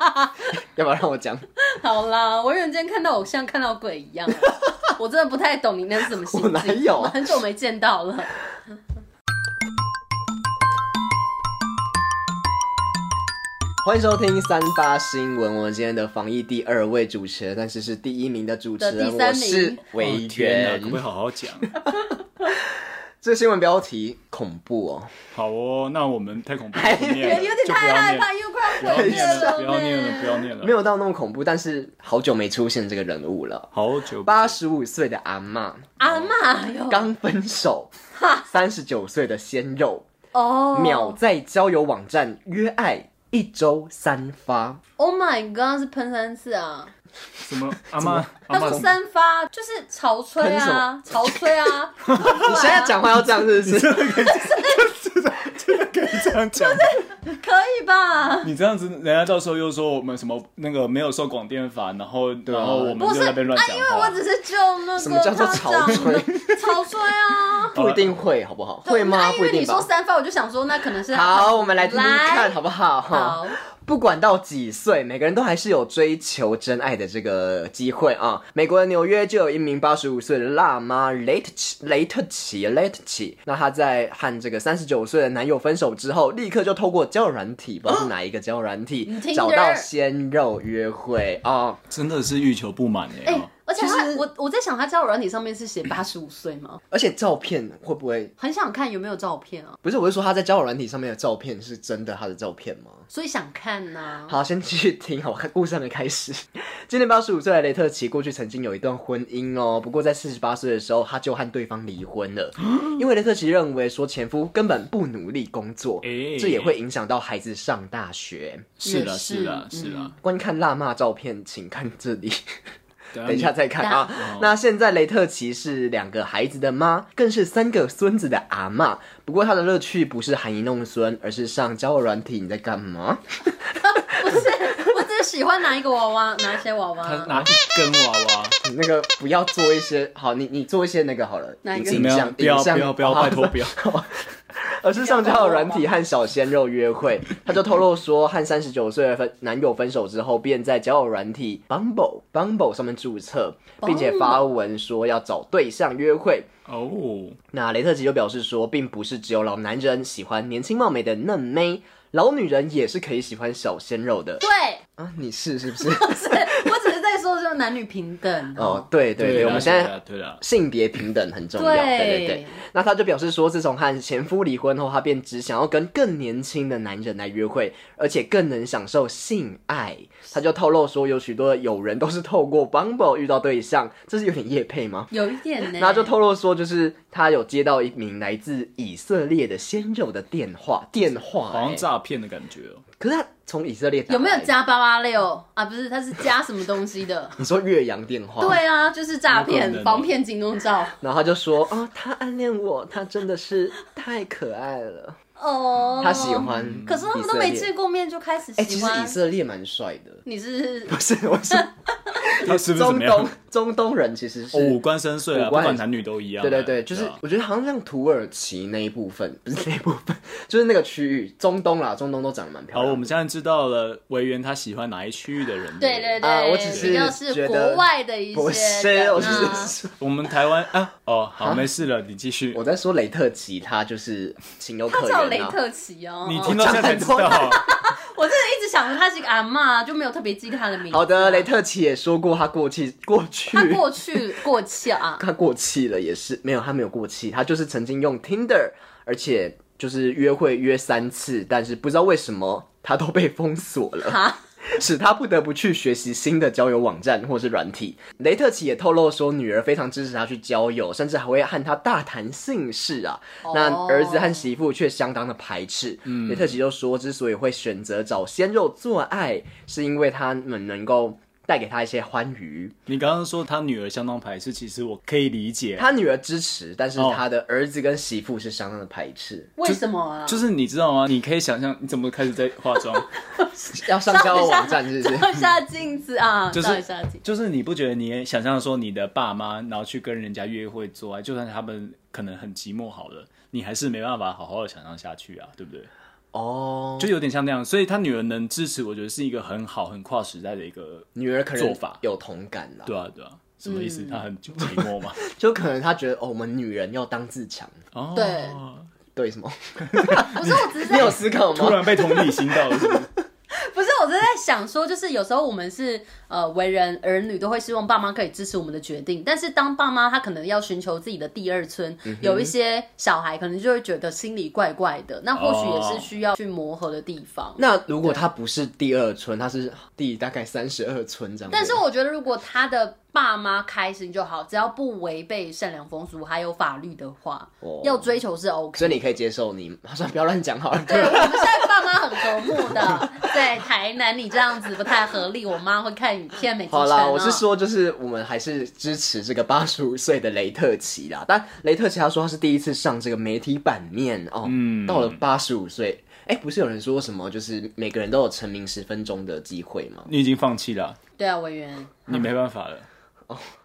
Speaker 1: [LAUGHS]
Speaker 3: 要不要让我讲？
Speaker 1: 好啦，我远今天看到偶像看到鬼一样啊，我真的不太懂你那是什么心
Speaker 3: 我
Speaker 1: 情。
Speaker 3: 哪有
Speaker 1: 我很久没见到
Speaker 2: [LAUGHS]
Speaker 1: 了。
Speaker 3: 欢迎收听三八新闻，我们今天的防疫第二位主持人，但是是第一名的主持
Speaker 1: 的
Speaker 3: 人，
Speaker 1: 第三
Speaker 3: 我
Speaker 1: 名
Speaker 3: 是维
Speaker 2: 哦天哪可不可以
Speaker 3: 园。
Speaker 2: 好好讲？
Speaker 3: 这新闻标题恐怖哦，
Speaker 2: 好哦，那我们太恐怖，
Speaker 3: 还
Speaker 2: 不念
Speaker 1: 有
Speaker 2: 了
Speaker 1: 有点
Speaker 2: 就不
Speaker 1: 太
Speaker 2: 要
Speaker 1: 害
Speaker 2: 念了
Speaker 1: 怕，又快
Speaker 2: 不要
Speaker 1: 要毁
Speaker 2: 念
Speaker 1: 灭
Speaker 2: 了，不
Speaker 1: 了
Speaker 2: 要念了，不要
Speaker 1: 呢。
Speaker 2: 念了，
Speaker 3: 没有到那么恐怖，但是好久没出现这个人物了。
Speaker 2: 好久
Speaker 3: 八十五岁的阿嬷
Speaker 1: 阿妈哟，
Speaker 3: 刚分手，三十九岁的鲜肉
Speaker 1: 哦，
Speaker 3: 秒在交友网站约爱，一周三发。
Speaker 1: ，Oh my God，是喷三次啊！
Speaker 2: 什么阿妈阿
Speaker 1: 他
Speaker 2: 妈
Speaker 1: 说三发就是潮吹
Speaker 3: 喷什
Speaker 1: 啊
Speaker 3: 么，
Speaker 1: 潮吹啊，
Speaker 3: [LAUGHS] 你现在讲话要这样是不
Speaker 1: [LAUGHS]
Speaker 3: 是？
Speaker 2: 可以这样讲，
Speaker 1: 啊可以吧？
Speaker 2: [LAUGHS] 你这样子，人家到时候又说我们什么那个没有受广电法，然后
Speaker 3: 啊
Speaker 2: 然后我们
Speaker 1: 不
Speaker 2: 就在
Speaker 1: 是
Speaker 2: 那边乱讲
Speaker 1: 啊，因为我
Speaker 2: 话。
Speaker 1: 只是就那个
Speaker 3: 什么叫做
Speaker 1: 他
Speaker 3: 潮
Speaker 1: 讲
Speaker 3: 吹
Speaker 1: 的潮吹啊。
Speaker 3: 不一定会，好不好？ [LAUGHS] 会吗？
Speaker 1: 啊因
Speaker 3: 不一
Speaker 1: 为你
Speaker 3: 定
Speaker 1: 说
Speaker 3: 吧。
Speaker 1: 三发，我就想说那可能是
Speaker 3: 好，我们来听听看，
Speaker 1: 来
Speaker 3: 好不好？
Speaker 1: 好
Speaker 3: 哈，不管到几岁，每个人都还是有追求真爱的这个机会啊。美国的纽约就有一名八十五岁的辣妈雷特奇，雷特奇，雷特奇。那她在和这个三十九岁的男友分手之后，立刻就透过交友软体，不知道是哪一个交友软体
Speaker 1: 嗯你听，着
Speaker 3: 找到鲜肉约会啊。
Speaker 2: 真的是欲求不满哎、
Speaker 1: 哎、
Speaker 2: 哦
Speaker 1: 而且他
Speaker 3: 其，实
Speaker 1: 我我在想，他交友软体上面是写八十五岁吗？
Speaker 3: 而且照片会不会
Speaker 1: 很想看有没有照片啊，
Speaker 3: 不是？我是说他在交友软体上面的照片是真的他的照片吗？
Speaker 1: 所以想看呐、
Speaker 3: 好，先继续听，好，我看故事还没开始。 [LAUGHS] 今年八十五岁的雷特奇过去曾经有一段婚姻哦，不过在四十八岁的时候，他就和对方离婚了，因为雷特奇认为说前夫根本不努力工作，
Speaker 2: 诶
Speaker 3: 这也会影响到孩子上大学。
Speaker 2: 是的，
Speaker 1: 也是
Speaker 2: 是的，
Speaker 1: 嗯
Speaker 2: 是的。
Speaker 3: 观看辣妈照片，请看这里。
Speaker 1: 嗯
Speaker 3: 等
Speaker 2: 等
Speaker 3: 一下，再看啊。那现在雷特奇是两个孩子的妈，更是三个孙子的阿妈。不过他的乐趣不是含饴弄孙，而是上交友软体。你在干嘛？
Speaker 1: 不是，我只是喜欢拿一个娃
Speaker 3: [LAUGHS]
Speaker 1: 娃，拿一些娃
Speaker 2: 他
Speaker 1: 娃。
Speaker 2: 拿一根娃娃，
Speaker 3: 你那个不要做一些好，你你做一些那个好了，
Speaker 1: 哪一
Speaker 3: 影
Speaker 1: 个
Speaker 2: 没
Speaker 3: 影
Speaker 2: 有
Speaker 3: 像，
Speaker 2: 不要
Speaker 3: 影像
Speaker 2: 不要不要，拜托不要。
Speaker 3: 而是上交友软体和小鲜肉约会。他就透露说，和三十九岁的分男友分手之后，便在交友软体 Bumble Bumble 上面注册，并且发文说要找对象约会。
Speaker 2: 哦，
Speaker 3: 那雷特奇就表示说，并不是只有老男人喜欢年轻貌美的嫩妹，老女人也是可以喜欢小鲜肉的
Speaker 1: 对，
Speaker 3: 啊！你是是
Speaker 2: [LAUGHS]
Speaker 3: 不是？
Speaker 1: 不是，我只是在说就是男女平等。
Speaker 3: 哦，对对对，
Speaker 2: 啦
Speaker 3: 我们现
Speaker 2: 对
Speaker 3: 在
Speaker 2: 啦对了，
Speaker 3: 性别平等很重要。对对对
Speaker 1: 对。
Speaker 3: 那他就表示说，自从和前夫离婚后，他便只想要跟更年轻的男人来约会，而且更能享受性爱。他就透露说，有许多友人都是透过 Bumble 遇到对象，这是有点夜
Speaker 1: [LAUGHS]
Speaker 3: 配吗？
Speaker 1: 有一点呢。
Speaker 3: 然后就透露说，就是他有接到一名来自以色列的鲜肉的电话，电话、
Speaker 2: 好像
Speaker 3: 欸，
Speaker 2: 诈骗的感觉哦。
Speaker 3: 可是他从以色列打
Speaker 1: 有没有
Speaker 3: 来？？
Speaker 1: 加八八六啊？不是，他是加什么东西的
Speaker 3: [LAUGHS] 你说岳阳电话？。
Speaker 1: 对啊，就是诈
Speaker 2: 有可
Speaker 3: 哦
Speaker 1: 骗、
Speaker 2: 能
Speaker 1: 防骗、警钟照。
Speaker 3: 然后他就说，啊、他暗恋我，他真的是太可爱了，
Speaker 1: 哦，
Speaker 3: 他喜。欢。
Speaker 1: 可是他们都没见。过面就开始
Speaker 3: 哎、其
Speaker 1: 喜
Speaker 3: 实
Speaker 1: 欢
Speaker 3: 以。色列蛮帅的。
Speaker 1: [LAUGHS] 你
Speaker 3: [LAUGHS]
Speaker 1: 是
Speaker 3: 不是，我是
Speaker 2: 他是不是怎
Speaker 3: 中
Speaker 2: 么样？
Speaker 3: 东中东人，其实是。
Speaker 2: 哦，五官深邃啊，
Speaker 3: 五
Speaker 2: 不
Speaker 3: 官
Speaker 2: 管男女都一样啊。
Speaker 3: 对对对，就是
Speaker 2: 啊
Speaker 3: 我觉得好像像土耳其那一部分， [LAUGHS] 不是那一部分，就是那个区域，中东啦，中东都长得蛮漂
Speaker 2: 好，
Speaker 1: 哦
Speaker 3: 亮的。
Speaker 2: 我们现在知道了维园他喜欢哪一区域的人。
Speaker 1: 对对
Speaker 2: 不
Speaker 1: 对，
Speaker 3: 啊我只
Speaker 1: 比
Speaker 3: 是
Speaker 1: 较
Speaker 3: 觉
Speaker 1: 是
Speaker 3: 得
Speaker 1: 国外的一些
Speaker 3: 不是，
Speaker 1: 人
Speaker 3: 我
Speaker 1: 啊
Speaker 3: 是说
Speaker 2: 我们台湾啊，哦，好，没事了，你继续
Speaker 3: [LAUGHS] 我。在说雷特奇，他就是情有
Speaker 1: 他
Speaker 3: 可
Speaker 1: 叫
Speaker 3: 原、
Speaker 1: 雷
Speaker 3: 啊。
Speaker 1: 特奇哦。
Speaker 2: 你听到现在才知道， [LAUGHS]
Speaker 1: 我真的一直想着他是一个阿嬷，就没有特别记他的名字。
Speaker 3: 好的，雷特奇也说过他过气，过去
Speaker 1: 他过去过气啊，
Speaker 3: [LAUGHS] 他过气了，也是没有，他没有过气，他就是曾经用 Tinder，而且就是约会约三次，但是不知道为什么他都被封锁了。
Speaker 1: 哈，
Speaker 3: 使他不得不去学习新的交友网站或是软体。雷特奇也透露说，女儿非常支持他去交友，甚至还会和他大谈性事啊。那
Speaker 1: 哦嗯
Speaker 3: 儿子和媳妇却相当的排斥。雷特奇就说，之所以会选择找鲜肉做爱，是因为他们能够带给他一些欢愉。
Speaker 2: 你刚刚说他女儿相当排斥，其实我可以理解。
Speaker 3: 他女儿支持，但是
Speaker 2: 哦
Speaker 3: 他的儿子跟媳妇是相当的排 [LAUGHS] 斥。
Speaker 1: 为什么啊？
Speaker 2: 就是你知道吗？你可以想象你怎么开始在化妆， [LAUGHS]
Speaker 3: 要上交友网站是不是？
Speaker 1: 照一下镜子啊，
Speaker 2: 就是
Speaker 1: 照一下镜。
Speaker 2: 就是你不觉得你也想象说你的爸妈，然后去跟人家约会做爱，就算他们可能很寂寞好了，你还是没办法好好的想象下去啊，对不对？
Speaker 3: 哦，
Speaker 2: 就有点像那样，所以他女儿能支持，我觉得是一个很好、很跨时代的一个，
Speaker 3: 女儿可能
Speaker 2: 做法
Speaker 3: 有同感啦，
Speaker 2: 对啊，对啊，什么意思？他很寂寞嘛？
Speaker 3: 就可能他觉得哦，我们女人要当自强，
Speaker 2: 哦，
Speaker 1: 对
Speaker 3: 对 [LAUGHS] 什么？
Speaker 1: 不是，我只是
Speaker 3: 你
Speaker 1: 在
Speaker 3: 有思考
Speaker 2: 突
Speaker 3: 吗？
Speaker 2: 然被同理心到了，是不是？
Speaker 1: 不是，我只是在想说，就是有时候我们是呃为人儿女，都会希望爸妈可以支持我们的决定，但是当爸妈他可能要寻求自己的第二春，
Speaker 3: 嗯
Speaker 1: 有一些小孩可能就会觉得心里怪怪的，那或许也是需要去磨合的地方。
Speaker 3: 哦那如果他不是第二村，他是第大概三十二村这样子。
Speaker 1: 但是我觉得，如果他的爸妈开心就好，只要不违背善良风俗还有法律的话，
Speaker 3: 哦
Speaker 1: 要追求是 OK 的。
Speaker 3: 所以你可以接受你，好像不要乱讲好了。
Speaker 1: 对，我们现在爸妈很和睦的，在台南你这样子不太合理，我妈会看影片美剧
Speaker 3: 好
Speaker 1: 圈、
Speaker 3: 啦，
Speaker 1: 哦。
Speaker 3: 我是，说，就是我们还是支持这个八十五岁的雷特奇啦。但雷特奇他说他是第一次上这个媒体版面哦，
Speaker 2: 嗯
Speaker 3: 到了八十五岁，哎、不是有人说什么，就是每个人都有成名十分钟的机会吗？
Speaker 2: 你已经放弃了啊，
Speaker 1: 对啊，委员
Speaker 2: 你没办法了。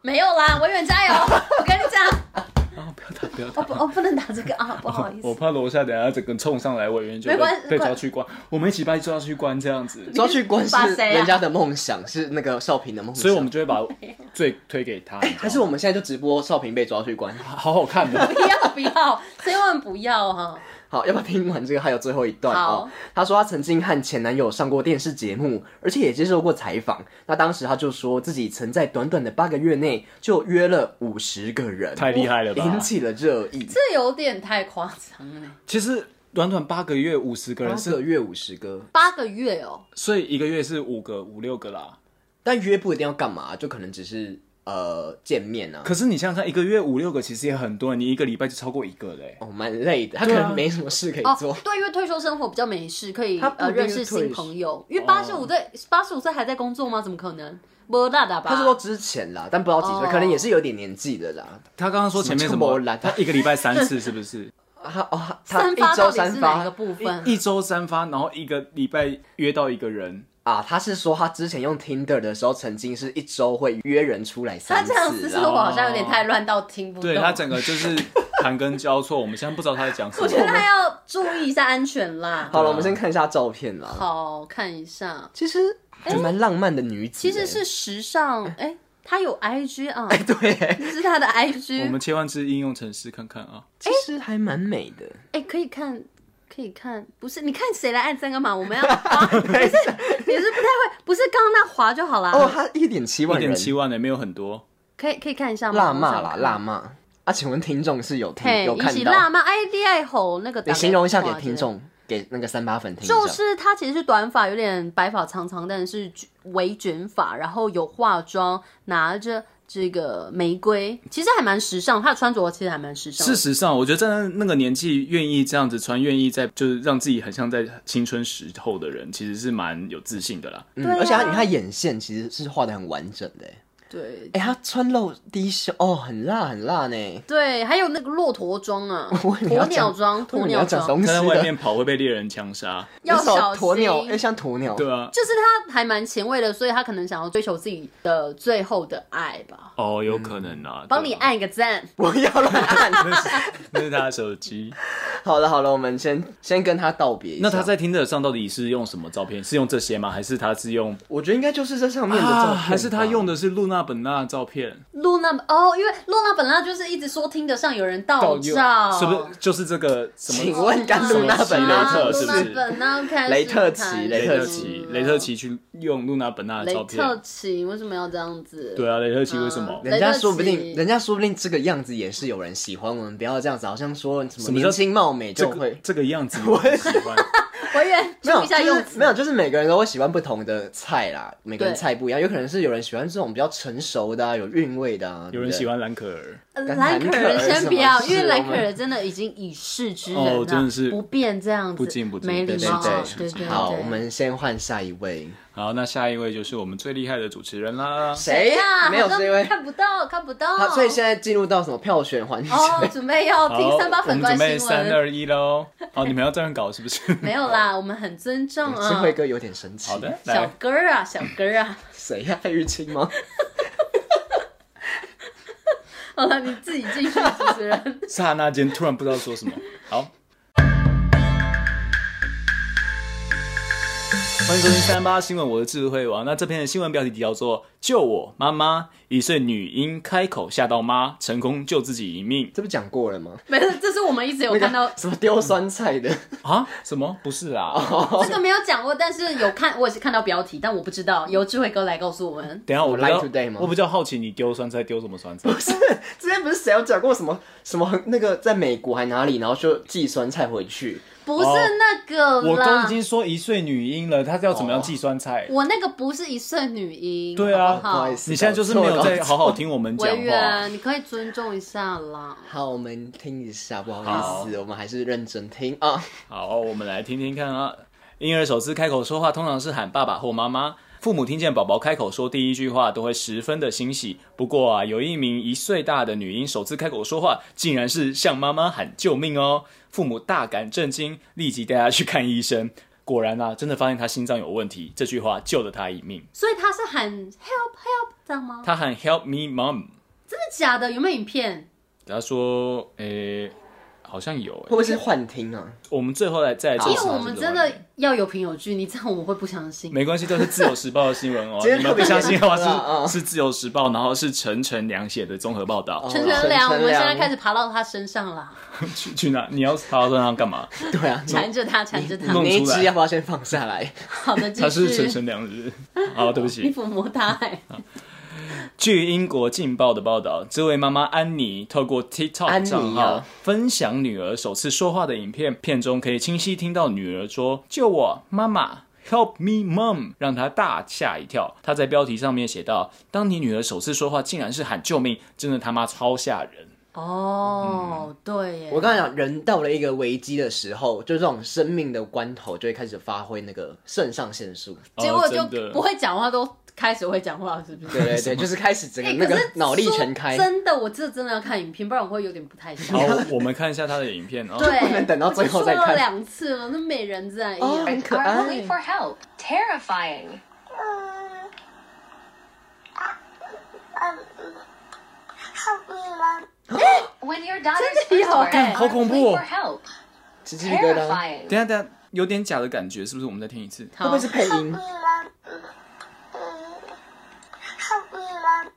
Speaker 1: 没有啦，委员 [LAUGHS] 加油！我跟你讲，
Speaker 2: 啊，不要打，不要
Speaker 1: 我
Speaker 2: 打。
Speaker 1: 不，我不能打这个啊，不好意
Speaker 2: 我
Speaker 1: 思。
Speaker 2: 怕楼下等下整个冲上来，委员就
Speaker 1: 没关
Speaker 2: 被
Speaker 1: 系
Speaker 2: 被
Speaker 1: 快
Speaker 2: 抓去关，我们一起被抓去关这样子，
Speaker 3: 抓去关
Speaker 1: [LAUGHS] 把
Speaker 3: 是
Speaker 1: 谁啊
Speaker 3: 人家的梦想，是那个少平的梦想。
Speaker 2: 所以我们就会把罪推给他。你知道吗
Speaker 3: 哎还是我们现在就直播少平被抓去关。
Speaker 1: [LAUGHS]
Speaker 2: 好好看的，
Speaker 1: 不要不要，千万不要哈、
Speaker 3: 好，要不要听完这个？还有最后一段
Speaker 1: 好
Speaker 3: 哦。她说她曾经和前男友上过电视节目，而且也接受过采访。那当时她就说自己曾在短短的八个月内就约了五十个人，
Speaker 2: 太厉害了吧
Speaker 3: 引起了热议。
Speaker 1: 这有点太夸张了。
Speaker 2: 其实短短八个月，五十个
Speaker 3: 八
Speaker 2: 人
Speaker 3: 个
Speaker 2: 是，
Speaker 3: 月五十个，
Speaker 1: 八个月哦，
Speaker 2: 所以一个月是五个、五六个啦。
Speaker 3: 但约不一定要干嘛，就可能只是呃见面啊。
Speaker 2: 可是你想想看，一个月五六个其实也很多，你一个礼拜就超过一个嘞、
Speaker 3: 哦，蛮累的，他可
Speaker 2: 对啊
Speaker 3: 能没什么事可以做。
Speaker 1: 哦，对，因为退休生活比较没事，可以
Speaker 3: 他不一定
Speaker 1: 呃认识
Speaker 3: 是退哦
Speaker 1: 新朋友。因为八十五岁，八十五岁还在工作吗？怎么可能？不大的吧？
Speaker 3: 他是说之前啦，但不知道几岁，
Speaker 1: 哦
Speaker 3: 可能也是有点年纪的啦。
Speaker 2: 他刚刚说前面什
Speaker 3: 什么这
Speaker 2: 么
Speaker 3: 么懒，
Speaker 2: 他一个礼拜三次是不是？
Speaker 3: 他哦，他
Speaker 1: 三
Speaker 3: 一
Speaker 1: 发
Speaker 3: 周
Speaker 1: 到底
Speaker 3: 三
Speaker 1: 是哪一
Speaker 3: 发
Speaker 1: 个部分？
Speaker 2: 一周三发，然后一个礼拜约到一个人，
Speaker 3: 啊，他是说他之前用 Tinder 的时候，曾经是一周会约人出来
Speaker 1: 他
Speaker 3: 三
Speaker 1: 这样子
Speaker 3: 次
Speaker 1: 是
Speaker 3: 啦。
Speaker 1: 我好像有点太乱到听不懂。
Speaker 2: 对他整个就是盘根交
Speaker 1: [LAUGHS]
Speaker 2: 错。我们现在不知道他在讲什
Speaker 1: 我觉得
Speaker 2: 么。
Speaker 1: 他要注意一下安全啦。
Speaker 3: 好了，
Speaker 2: 啊
Speaker 3: 我们先看一下照片啦。
Speaker 1: 好看一下，
Speaker 3: 其实还蛮浪漫的女子欸，
Speaker 1: 其实是时尚，哎、他有 IG 啊，
Speaker 3: [LAUGHS] 对欸，
Speaker 1: 这是他
Speaker 3: [LAUGHS]
Speaker 1: 的
Speaker 2: 我
Speaker 1: IG，
Speaker 2: 们切换至应用程式看看啊。
Speaker 3: 其实还蛮美的。
Speaker 1: 哎、可以看，可以看，不是，你看谁来按赞干嘛？我
Speaker 3: [LAUGHS]
Speaker 1: 们要，啊、不是，你是不太会，不是刚刚那滑就好啦。
Speaker 3: 哦，他一点七
Speaker 2: 一
Speaker 3: 万
Speaker 2: 点
Speaker 3: 人，
Speaker 2: 七万的没有很多，
Speaker 1: 可以可以看一下吗？
Speaker 3: 辣骂
Speaker 1: 哦
Speaker 3: 啦，
Speaker 1: 我想看
Speaker 3: 辣，骂啊！请问听众是有听
Speaker 1: 嘿，
Speaker 3: 有
Speaker 1: 一
Speaker 3: 看
Speaker 1: 起辣
Speaker 3: 到？
Speaker 1: 骂，哎，厉害吼那个，
Speaker 3: 你形容一下给听。众，给那个三八粉听众。
Speaker 1: 就是啊她其实是短发，有点白发苍苍，但是卷微卷发，然后有化妆，拿着这个玫瑰，其实还蛮时尚。她的穿着其实还蛮时尚的。
Speaker 2: 事实上，我觉得在那个年纪，愿意这样子穿，愿意在就是让自己很像在青春时候的人，其实是蛮有自信的
Speaker 1: [LAUGHS]
Speaker 2: 啦。
Speaker 3: 嗯
Speaker 1: 对啊
Speaker 3: 而且他你看他眼线其实是画的很完整的欸，
Speaker 1: 对
Speaker 3: 哎、他穿露低胸哦，很辣很辣呢。
Speaker 1: 对，还有那个骆驼妆啊，
Speaker 3: [LAUGHS] 我以为你要
Speaker 1: 鸵
Speaker 3: 讲
Speaker 1: 鸟妆，
Speaker 3: 我以
Speaker 1: 鸵
Speaker 3: 为你要
Speaker 1: 鸟
Speaker 3: 讲
Speaker 1: 妆
Speaker 3: 东西
Speaker 2: 他在外
Speaker 3: 的，
Speaker 2: 面跑会被猎人枪杀，
Speaker 1: 要
Speaker 3: 至少
Speaker 1: 小
Speaker 3: 鸵鸟，
Speaker 1: 心
Speaker 3: 哎、。像鸵鸟，
Speaker 2: 对啊，
Speaker 1: 就是她还蛮前卫的，所以她可能想要追求自己的最后的爱吧。
Speaker 2: 哦，有可能啊。
Speaker 1: 嗯帮你
Speaker 2: 对啊，
Speaker 1: 按个赞，
Speaker 3: 不要乱 [LAUGHS] 按。
Speaker 2: [LAUGHS] 那是他的手
Speaker 1: [LAUGHS]
Speaker 2: 机。
Speaker 3: 好了好了，我们先先跟他道别一下。
Speaker 2: 那他在听者上到底是用什么照片？是用这些吗？还是他是用
Speaker 3: 我觉得应该就是这上面的照
Speaker 2: 啊？
Speaker 3: 片、
Speaker 2: 还是他用？的是露娜本娜的照片？
Speaker 1: 露娜哦，因为露娜本来就是一直说听得上有人盗照，
Speaker 2: 是不是就是这个什
Speaker 3: 请
Speaker 2: 么
Speaker 3: 问甘露娜本
Speaker 2: 雷
Speaker 3: 拉
Speaker 2: 特
Speaker 1: 啊
Speaker 2: 是不
Speaker 1: 露娜
Speaker 2: 是
Speaker 1: 本拉开始
Speaker 3: 雷特奇
Speaker 1: 看
Speaker 2: 雷
Speaker 3: 雷
Speaker 2: 特
Speaker 3: 特
Speaker 2: 奇
Speaker 3: 奇？
Speaker 2: 雷特奇去用露娜本娜的
Speaker 1: 雷
Speaker 2: 照片？
Speaker 1: 特奇为什么要这样子？
Speaker 2: 对啊，雷特奇为什么？
Speaker 1: 嗯
Speaker 3: 人家说不
Speaker 1: 雷特
Speaker 3: 定，
Speaker 1: 奇
Speaker 3: 人家说不定这个样子也是有人喜欢。我们不要这样子，好像说什
Speaker 2: 什
Speaker 3: 么
Speaker 2: 么叫
Speaker 3: 年轻貌美
Speaker 2: 这
Speaker 3: 就会
Speaker 2: 个。这个样
Speaker 1: [LAUGHS]
Speaker 2: 子我很喜欢，
Speaker 1: 我以为
Speaker 3: 没有，
Speaker 1: 注意一
Speaker 3: 就
Speaker 1: 下用
Speaker 3: 是
Speaker 1: 词
Speaker 3: 没有，就是每个人都会喜欢不同的菜啦，每个人
Speaker 1: 对
Speaker 3: 菜不一样，有可能是有人喜欢这种比较成熟的、啊，有韵味的、啊，
Speaker 2: 有人
Speaker 3: 对不对
Speaker 2: 喜欢兰
Speaker 1: [LAUGHS]
Speaker 2: 可儿。
Speaker 1: 呃
Speaker 3: 跟
Speaker 1: 莱
Speaker 3: 兰
Speaker 1: 可
Speaker 3: 可儿
Speaker 1: 儿先
Speaker 3: 什
Speaker 1: 不
Speaker 3: 么
Speaker 1: 要，
Speaker 3: 事
Speaker 1: 因为莱
Speaker 3: 我
Speaker 1: 可
Speaker 3: 们
Speaker 1: 儿真的已经以世之人
Speaker 2: 哦
Speaker 1: 了，
Speaker 2: 真的是
Speaker 1: 不变这样子，
Speaker 2: 不进不进
Speaker 1: 没
Speaker 2: 对
Speaker 1: 礼
Speaker 2: 对
Speaker 1: 貌，
Speaker 2: 对
Speaker 1: 对对。
Speaker 3: 好，
Speaker 1: 对
Speaker 3: 我们先换下一位，
Speaker 2: 好，那下一位就是我们最厉害的主持人啦。
Speaker 1: 谁哎呀？
Speaker 3: 没有
Speaker 1: 好像
Speaker 3: 这位，
Speaker 1: 看不到，看不到。
Speaker 3: 他所以现在进入到什么票选环节？
Speaker 1: 哦，准备要
Speaker 2: 好，
Speaker 1: 听三八
Speaker 2: 我
Speaker 1: 粉
Speaker 2: 们准
Speaker 1: 关新
Speaker 2: 备
Speaker 1: 闻，
Speaker 2: 三二一喽。好，你们要这样搞是不是？
Speaker 1: 没有啦，我们很尊重
Speaker 3: 智
Speaker 1: 啊。
Speaker 3: 慧哥有点生
Speaker 2: [LAUGHS]
Speaker 3: 气。
Speaker 2: 好的，
Speaker 1: 小
Speaker 2: 来，
Speaker 1: 哥儿啊，小哥儿啊， [LAUGHS]
Speaker 3: 谁呀、费玉清吗？ [LAUGHS]
Speaker 1: 好了，你自己继续主持人。
Speaker 2: 刹那间突然不知道
Speaker 3: [LAUGHS]
Speaker 2: 说什么。好，欢迎收听三八新闻，我的智慧王。那这篇的新闻标题叫做《救我妈妈》，一岁女婴开口吓到妈，成功救自己一命
Speaker 3: 这不讲过了吗？
Speaker 1: 没事，这是我们一直有
Speaker 3: 那个
Speaker 1: 看到，
Speaker 3: 什么丢酸菜的， [LAUGHS]
Speaker 2: 啊？什么？不是
Speaker 3: 哦
Speaker 2: 啊？
Speaker 1: 这个没有讲过，但是有看，我也是看到标题，但我不知道，由智慧哥来告诉我们。
Speaker 2: 等一下我比较
Speaker 3: Lie today 吗
Speaker 2: 我比较好奇你丢酸菜丢什么酸菜？
Speaker 3: 不是之前不是谁有讲过什么什么那个在美国还哪里，然后就寄酸菜回去，
Speaker 1: 不是
Speaker 2: 哦
Speaker 1: 那个
Speaker 2: 我
Speaker 1: 啦，
Speaker 2: 都已经说一岁女婴了，她要怎么样计酸菜？
Speaker 1: 我那个不是一岁女婴，
Speaker 2: 对啊
Speaker 1: 好不
Speaker 3: 不好
Speaker 1: 好
Speaker 3: 意？思，
Speaker 2: 你现在就是没有在好好听我们讲
Speaker 1: 委
Speaker 2: 话。
Speaker 1: 员，你可以尊重一下啦。
Speaker 3: 好，我们听一下，不好意思，我们还是认真听啊。
Speaker 2: 好，我们来听听看啊。婴儿首次开口说话，通常是喊爸爸或妈妈。父母听见宝宝开口说第一句话，都会十分的欣喜。不过啊，有一名一岁大的女婴首次开口说话，竟然是向妈妈喊救命哦！父母大感震惊，立即带她去看医生。果然啊，真的发现她心脏有问题。这句话救了她一命。
Speaker 1: 所以他是喊 help help 这样吗？
Speaker 2: 她喊 “Help me, mom”，
Speaker 1: 真的假的？有没有影片？
Speaker 2: 他说：“诶、好像有
Speaker 3: 会
Speaker 2: 哎、
Speaker 3: 不会是幻
Speaker 1: [LAUGHS]
Speaker 3: 听啊？
Speaker 2: 我们最后来再来证
Speaker 1: 因
Speaker 2: 实
Speaker 1: 为
Speaker 2: 它
Speaker 1: 我
Speaker 2: 是
Speaker 1: 们
Speaker 2: 不是
Speaker 1: 真
Speaker 2: 幻
Speaker 1: 的要有凭有据，你这样我们会不相信。
Speaker 2: 没关系，都是《自由时报》的新闻哦。
Speaker 3: 今天
Speaker 2: 你们不相信的话
Speaker 3: 特别严格啊
Speaker 2: 是是《自由时报》，然后是陈晨良写的综合报道。
Speaker 1: 陈
Speaker 3: 哦
Speaker 1: 陈良，我
Speaker 3: 陈
Speaker 1: 们现在
Speaker 3: 良
Speaker 1: 开始爬到他身上啦，
Speaker 2: 去去哪？你要爬到身上干
Speaker 3: [LAUGHS]
Speaker 2: 嘛？
Speaker 3: 对啊，
Speaker 1: 缠着他，缠着他
Speaker 2: 弄。
Speaker 3: 你一
Speaker 2: 出来
Speaker 3: 只要不要先放下来？
Speaker 1: 好的，继
Speaker 2: 他是陈
Speaker 1: 续。
Speaker 2: 晨良
Speaker 3: [LAUGHS]
Speaker 2: 日。好，对不
Speaker 1: 你
Speaker 2: 起。
Speaker 1: 抚摸他、哎，
Speaker 3: 嗯
Speaker 2: 据英国《镜报》的报道，这位妈妈安妮透过 TikTok
Speaker 3: 安妮啊
Speaker 2: 账号分享女儿首次说话的影片，片中可以清晰听到女儿说：“救我，妈妈。” Help me, mom！让她大吓一跳。她在标题上面写到：“当你女儿首次说话，竟然是喊救命，真的他妈超吓人。”
Speaker 1: 哦，对耶，
Speaker 3: 我刚才讲，人到了一个危机的时候，就这种生命的关头，就会开始发挥那个肾上腺素。
Speaker 1: 结果
Speaker 2: 哦
Speaker 1: 就
Speaker 2: 真的
Speaker 1: 不会讲话，都开始会讲话，是不是？
Speaker 3: 对
Speaker 1: [LAUGHS]
Speaker 3: 对对，就是开始整个
Speaker 1: 哎、
Speaker 3: 那
Speaker 1: 可
Speaker 3: 个
Speaker 1: 是
Speaker 3: 脑力
Speaker 1: 说
Speaker 3: 全开，
Speaker 1: 真的，我这真的要看影片，不然我会有点不太像 [LAUGHS]
Speaker 2: 好。，我们看一下他的影片啊。
Speaker 1: 对，
Speaker 3: [LAUGHS] 不能等到最后再看
Speaker 1: 我就说了两次了，那美人哎自然一
Speaker 3: 哦很
Speaker 1: 样。
Speaker 3: 可
Speaker 4: are
Speaker 3: 爱
Speaker 4: hungry。for help. Terrifying.
Speaker 5: Um, help me, Mom.
Speaker 4: When your daughter's
Speaker 1: Send it to
Speaker 4: first
Speaker 1: your
Speaker 4: word,
Speaker 1: head.
Speaker 2: How come
Speaker 4: hungry
Speaker 2: poor?
Speaker 4: for help.
Speaker 3: 鸡鸡皮疙瘩，会
Speaker 4: Terrifying.
Speaker 2: 等一下等一下，有点假的感觉，是不是？我们再听一次。
Speaker 1: 好
Speaker 3: 不会是配音
Speaker 5: Me,？Mom.
Speaker 1: 哦
Speaker 5: Mm. Help me, Mom.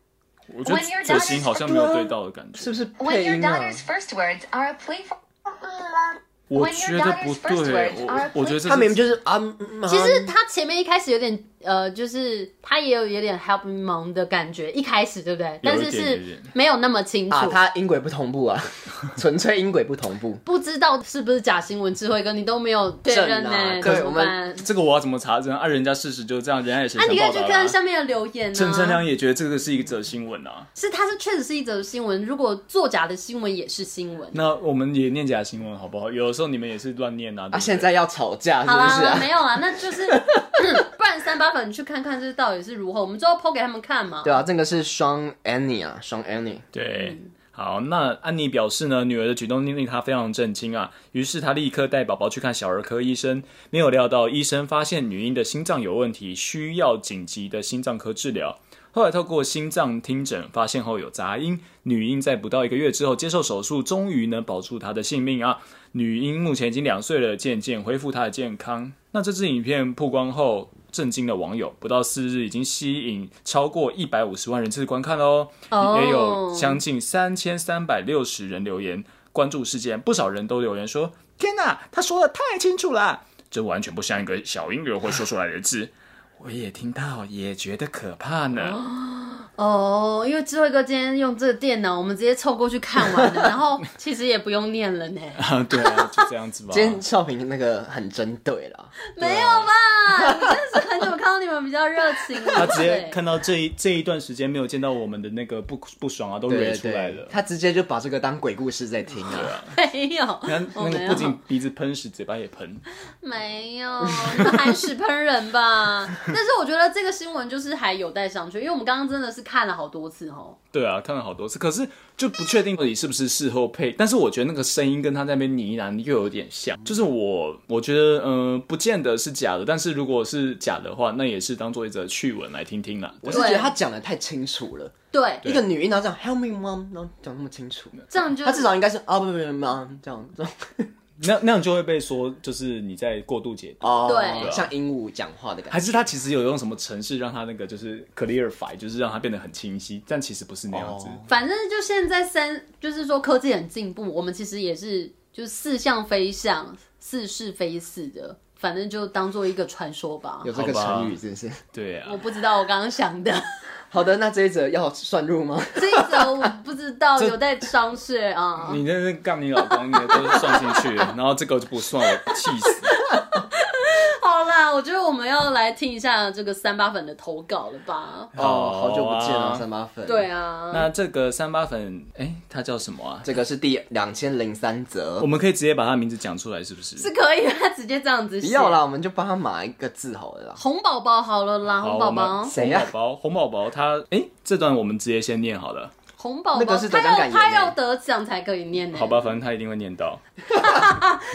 Speaker 2: 我觉得
Speaker 4: When your
Speaker 2: 嘴型好像没有对到的感
Speaker 3: 是
Speaker 2: 觉。
Speaker 3: 不是
Speaker 4: When
Speaker 3: 配
Speaker 4: your
Speaker 3: 音啊？
Speaker 4: daughter's first words are a plea for.
Speaker 5: Help me, Mom.
Speaker 2: 我觉得不对，我我觉得这是
Speaker 3: 他明明就是啊，嗯嗯
Speaker 1: 其实他前面一开始有点呃，就是他也有有点 help me mom 的感觉，一开始对不对？
Speaker 2: 有一
Speaker 1: 但
Speaker 2: 点
Speaker 1: 是
Speaker 2: 有一
Speaker 1: 是
Speaker 2: 点
Speaker 1: 没有那么清楚，
Speaker 3: 啊，他音轨不同步啊， [LAUGHS] 纯粹音轨不同步。
Speaker 1: 不知道是不是假新闻智慧哥，你都没有确认呢、
Speaker 3: 正
Speaker 1: 怎
Speaker 3: 啊对
Speaker 1: 么
Speaker 3: 我们
Speaker 1: 办
Speaker 2: 这个我要怎么查证？啊，人家事实就是这样，人家也写
Speaker 1: 啊，
Speaker 2: 成
Speaker 1: 你可以
Speaker 2: 报
Speaker 1: 去
Speaker 2: 道
Speaker 1: 看
Speaker 2: 啦。
Speaker 1: 下面的留言
Speaker 2: 陈晨
Speaker 1: 啊
Speaker 2: 良。也觉得这个是一则新闻啊，
Speaker 1: 是，它是确实是一则新闻。如果作假的新闻也是新闻，
Speaker 2: 那我们也念假新闻好不好？有的时候你们也是乱念啊。对不
Speaker 3: 啊，
Speaker 2: 对
Speaker 3: 现在要吵架是
Speaker 1: 好
Speaker 3: 不是
Speaker 1: 啦，
Speaker 3: 啊？
Speaker 1: 没有啦，那就是 [LAUGHS] 嗯不然三八粉去看看这到底是如何，我们之后剖给他们看嘛。
Speaker 3: 对啊，这个是双 Annie 啊，双 Annie。
Speaker 2: 对，好，那安妮表示呢，女儿的举动令令她非常震惊啊，于是她立刻带宝宝去看小儿科医生，没有料到医生发现女婴的心脏有问题，需要紧急的心脏科治疗。后来透过心脏听诊发现后有杂音，女婴在不到一个月之后接受手术，终于能保住她的性命啊！女婴目前已经两岁了，渐渐恢复她的健康。那这支影片曝光后，震惊了网友，不到四日已经吸引超过一百五十万人次观看喽。
Speaker 1: 哦
Speaker 2: 也有将近三千三百六十人留言关注事件，不少人都留言说：“天哪，他说的太清楚了，这完全不像一个小婴儿会说出来的字。”我也听到，也觉得可怕呢。
Speaker 1: 哦，因为智慧哥今天用这个电脑，我们直接凑过去看完 [LAUGHS] 了，然后其实也不用念了呢。
Speaker 2: 啊， [LAUGHS] 对啊，就这样子吧。啊
Speaker 3: 今天少平那个很针对啦，
Speaker 1: 没有吧？ [LAUGHS] 我真是很久看到你们比较热情了。
Speaker 2: 他啊直接
Speaker 1: 对
Speaker 2: 看到这一这一段时间没有见到我们的那个不不爽啊，都
Speaker 3: 对
Speaker 2: 蕊
Speaker 3: 对
Speaker 2: 出来
Speaker 3: 对
Speaker 2: 了，。
Speaker 3: 他直接就把这个当鬼故事在听啊。
Speaker 1: 没有，
Speaker 2: 你看，那
Speaker 1: 我哦没
Speaker 2: 个不
Speaker 1: 有
Speaker 2: 仅，鼻子喷屎，嘴巴也喷。[LAUGHS]
Speaker 1: 没有，你们含屎喷人吧？但是我觉得这个新闻就是还有待商榷，因为我们刚刚真的是看了好多次哦。
Speaker 2: 对啊，看了好多次，可是就不确定到底是不是事后配。但是我觉得那个声音跟他在那边呢喃又有点像，就是我我觉得嗯、呃不见得是假的，但是如果是假的话，那也是当做一则趣闻来听听啦。
Speaker 3: 我
Speaker 2: 对
Speaker 3: 是觉得他讲的太清楚了，
Speaker 1: 对，
Speaker 3: 一个女婴然后这样 Help me mom，然后讲那么清楚，
Speaker 2: 嗯
Speaker 1: 这样就
Speaker 3: 他至少应该是啊不不不 mom 这样这样。
Speaker 2: 那那样就会被说就是你在过度解读，
Speaker 3: 哦，
Speaker 1: 对
Speaker 3: 像鹦鹉讲话的感觉
Speaker 2: 还。是他其实有用什么程式让他那个就是 clarify，就是让他变得很清晰，但其实不是那样子。
Speaker 3: 哦
Speaker 1: 反正就现在三，就是说科技很进步，我们其实也是就是似像非像，似是非似的，反正就当做一个传说吧。
Speaker 3: 有这个
Speaker 2: 好吧
Speaker 3: 成语真是。
Speaker 2: 对啊
Speaker 1: 我，不知道我刚刚想
Speaker 2: [LAUGHS]
Speaker 1: 的
Speaker 3: 好的，那这一则要算入吗？
Speaker 1: 这一则我不知道
Speaker 2: 这
Speaker 1: 有待商榷啊。
Speaker 2: 你那是杠你老公，你的都算进去了，然后这个就不算，我气
Speaker 1: [LAUGHS]
Speaker 2: 死。
Speaker 1: 好啦，我觉得我们要来听一下这个三八粉的投稿了吧？
Speaker 3: 哦，好久不
Speaker 2: [LAUGHS]
Speaker 3: 见
Speaker 2: 好
Speaker 3: 了，
Speaker 2: 啊
Speaker 3: 三八粉。
Speaker 1: 对，啊，
Speaker 2: 那这个三八粉，哎、他叫什么啊？
Speaker 3: 这个是第两千零三则
Speaker 2: 我。们可以直接把他名字讲出来，是不是？
Speaker 1: 是可以的，他直接这样子
Speaker 3: 不
Speaker 1: 写。
Speaker 3: 要啦，，我们就帮他码一个字好了啦。
Speaker 1: 红宝宝好了啦，
Speaker 2: 好
Speaker 1: 红宝
Speaker 2: 我
Speaker 1: 宝
Speaker 2: 们，
Speaker 3: 谁呀
Speaker 2: 红宝宝，红宝宝，他哎、这段我们直接先念好了，
Speaker 1: 红宝
Speaker 3: 那
Speaker 1: 宝，
Speaker 3: 个是
Speaker 1: 他
Speaker 3: 得奖感
Speaker 1: 要
Speaker 3: 言
Speaker 1: 他
Speaker 3: 欸
Speaker 1: 要得奖才可以念呢。
Speaker 2: 好吧，反正他一定会念到。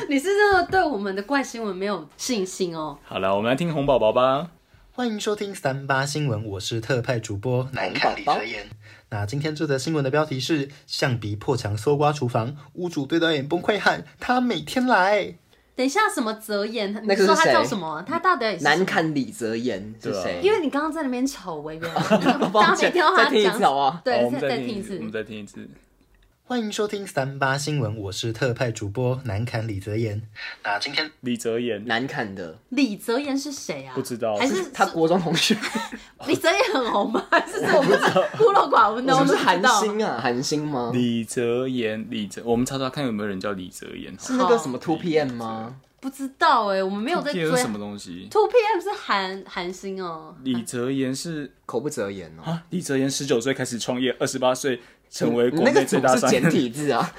Speaker 1: 你是真的对我们的怪新闻没有信心哦。
Speaker 2: 好了，我们来听红宝宝吧。
Speaker 6: 欢迎收听三八新闻，我是特派主播南
Speaker 3: 看
Speaker 6: 看
Speaker 3: 李
Speaker 6: 李
Speaker 3: 哲
Speaker 6: 哲言。那今天这则新闻的标题是：象鼻破墙搜刮厨房，屋主对导演崩溃喊：“他每天来。
Speaker 1: 等一下，什么泽言？
Speaker 3: 那
Speaker 1: 你
Speaker 3: 个是
Speaker 1: 说他
Speaker 3: 谁
Speaker 1: 叫什么啊？他到底是
Speaker 3: 难？看李泽言是
Speaker 2: 对啊
Speaker 3: 谁？
Speaker 1: 因为你刚刚在那边吵我，原来
Speaker 3: [LAUGHS] 抱
Speaker 1: 大家没
Speaker 3: 歉
Speaker 1: 听到
Speaker 3: 再
Speaker 1: 他
Speaker 3: 听一
Speaker 1: 讲
Speaker 3: 次好不好
Speaker 2: 好
Speaker 1: 对
Speaker 2: 我，们
Speaker 1: 再
Speaker 2: 听
Speaker 1: 听一次
Speaker 2: 我。们再听一次。”
Speaker 6: 欢迎收听三八新闻，我是特派主播南侃李泽言。那今天
Speaker 2: 李泽言
Speaker 3: 难看的，
Speaker 1: 李泽言是谁啊？
Speaker 2: 不知道
Speaker 1: 还是
Speaker 3: 他
Speaker 1: 是
Speaker 3: 国中同 [LAUGHS] 学，
Speaker 1: 李泽言很红吗？还是是我们孤陋寡闻的？
Speaker 3: 是
Speaker 1: 我
Speaker 3: 不
Speaker 1: 们
Speaker 3: 是
Speaker 1: 不
Speaker 3: 韩
Speaker 1: 知道
Speaker 3: 星啊？韩星吗？
Speaker 2: 李泽言，李泽，我们查查看有没有人叫李泽言。
Speaker 3: 是那个什么 Two PM 吗？
Speaker 1: 不知道哎，我们没有在
Speaker 2: 这
Speaker 1: 追
Speaker 2: 是什么。东西？
Speaker 1: Two PM 是韩韩星哦，
Speaker 2: 李泽言是
Speaker 3: 口不择言哦。
Speaker 2: 啊，李泽言十九岁开始创业，二十八岁成为国
Speaker 3: 嗯那
Speaker 2: 内
Speaker 3: 个
Speaker 2: 最
Speaker 3: 怎
Speaker 2: 大
Speaker 3: 么是
Speaker 2: 商
Speaker 3: 简
Speaker 2: 人。
Speaker 3: 体字 [LAUGHS] 啊？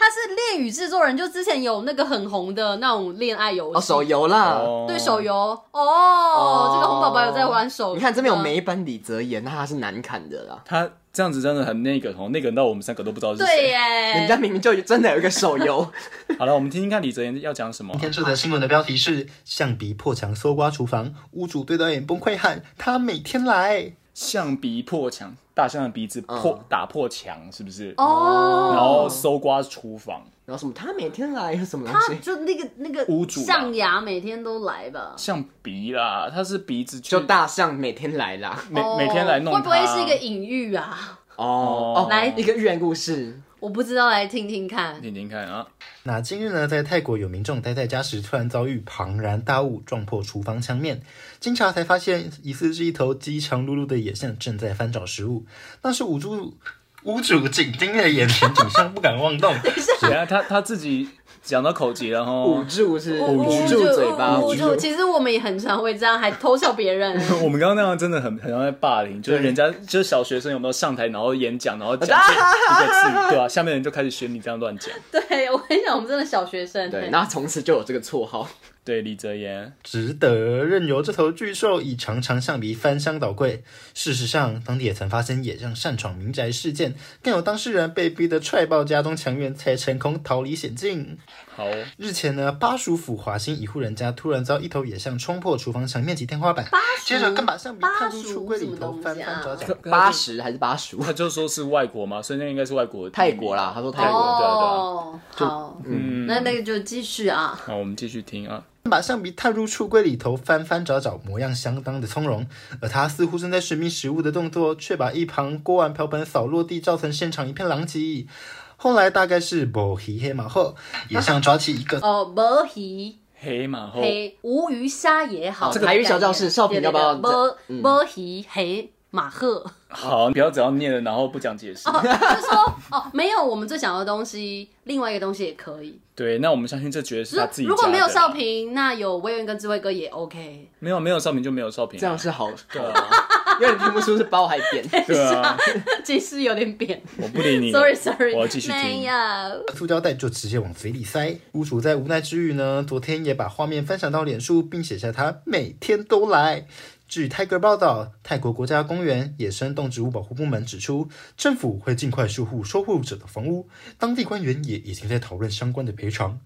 Speaker 1: 他是恋与制作人，就之前有那个很红的那种恋爱游
Speaker 3: 哦，
Speaker 1: 戏，
Speaker 3: 手游啦。
Speaker 2: 哦
Speaker 1: 对手游
Speaker 3: 哦
Speaker 1: 哦，这个红宝宝有在玩手游，
Speaker 3: 你看这边有美版李泽言，那他是难看的啦。
Speaker 2: 他这样子真的很那个，从那个到我们三个都不知道是
Speaker 1: 对
Speaker 2: 谁。
Speaker 1: 耶，
Speaker 3: 人家明明就真的有一个手游， [LAUGHS]
Speaker 2: 好了，我们听听看李泽言要讲什么
Speaker 6: 今。天这则新闻的标题是：象鼻破墙搜刮厨房，屋主对导演崩溃喊：“他每天来。
Speaker 2: 象鼻破墙，大象的鼻子破、
Speaker 3: 嗯
Speaker 2: 打破墙，是不是？
Speaker 1: 哦，
Speaker 2: 然后搜刮厨房，
Speaker 3: 然后什么他每天来什么东
Speaker 1: 他
Speaker 3: 西，
Speaker 1: 就那个那个
Speaker 2: 屋主啊
Speaker 1: 象牙每天都来吧，
Speaker 2: 象鼻啦，他是鼻子去
Speaker 1: 嗯
Speaker 3: 就大象每天来啦。
Speaker 2: 每、
Speaker 1: 哦
Speaker 2: 每天来弄它。
Speaker 1: 会不会是一个隐喻啊？
Speaker 3: 哦
Speaker 1: 来
Speaker 3: 一个寓言故事，
Speaker 1: 我不知道，来听听看。
Speaker 2: 听听看啊，” [LAUGHS]
Speaker 6: 那近日呢，在泰国有民众待在家时，突然遭遇庞然大物撞破厨房墙面，经查才发现，疑似是一头饥肠辘辘的野象正在翻找食物。那是屋主屋主紧盯着眼前景象，不敢妄动。
Speaker 2: 等一下他他自己讲到口疾了
Speaker 3: 捂
Speaker 2: 吼。
Speaker 3: 住是
Speaker 1: 我
Speaker 3: 捂住嘴巴，
Speaker 1: 捂住。其实我们也很常会这样，还偷笑别
Speaker 3: [LAUGHS]
Speaker 1: 人。
Speaker 2: [LAUGHS] 我们刚刚那样真的很很像在霸凌，就是人家就是小学生有没有上台然后演讲，然后讲这一个字，对吧、下面人就开始学你这样乱讲。
Speaker 1: 对，我跟你讲，我们真的小学生。
Speaker 3: 对，那从此就有这个绰号。
Speaker 2: 对，李泽言，
Speaker 6: 只得任由这头巨兽以长长象鼻翻箱倒柜。事实上，当地也曾发生野象擅闯民宅事件，更有当事人被逼得踹爆家中墙院，才成功逃离险境。
Speaker 2: 好哦，
Speaker 6: 日前呢，巴蜀府华兴一户人家突然遭一头野象冲破厨房墙面及天花板，接着更把象鼻探出橱柜里头翻翻找找。
Speaker 3: 八十还是八十五？
Speaker 2: 他就说是外国嘛，所以那应该是外国
Speaker 3: 泰国啦，他说泰国。
Speaker 2: 对啊对啊
Speaker 1: 哦，好，嗯，那那个就继续啊。
Speaker 2: 那我们继续听啊，
Speaker 6: 把象鼻探入橱柜里头翻翻找找，模样相当的从容，而他似乎正在寻觅食物的动作，却把一旁锅碗瓢盆扫落地，造成现场一片狼藉。后来大概是某黑黑马后，野象抓起一个
Speaker 1: 哦，无鱼
Speaker 2: 黑马后
Speaker 1: 黑无鱼虾也
Speaker 2: 哦
Speaker 1: 好，
Speaker 3: 这个台语小教室少平要不要
Speaker 2: 嗯
Speaker 1: 无无鱼黑马赫？ [LAUGHS]
Speaker 2: 好，你不要只要念了然后不讲解释。
Speaker 1: 就说哦，没有我们最想要的东西，另外一个东西也可以。
Speaker 2: 对，那我们相信这绝对是他自己
Speaker 1: 嗯如果
Speaker 2: 加的
Speaker 1: 没有
Speaker 2: 啦
Speaker 1: 少平，那有威远跟智慧哥也
Speaker 2: [LAUGHS]
Speaker 1: OK。
Speaker 2: 没有没有少平就没有少平啊，
Speaker 3: 这样是好，
Speaker 2: 对啊，
Speaker 3: 有点听不出是包还扁。
Speaker 2: 对啊，
Speaker 1: 解释有点扁
Speaker 2: 我不理你了
Speaker 1: ，sorry sorry，
Speaker 2: 我要继续
Speaker 1: 没
Speaker 2: 听
Speaker 1: 有。，
Speaker 6: 塑胶袋就直接往嘴里塞。屋主在无奈之余呢，昨天也把画面分享到脸书，并写下他每天都来。据泰戈报道，泰国国家公园野生动植物保护部门指出，政府会尽快修护收护者的房屋，当地官员也已经在讨论相关的赔偿。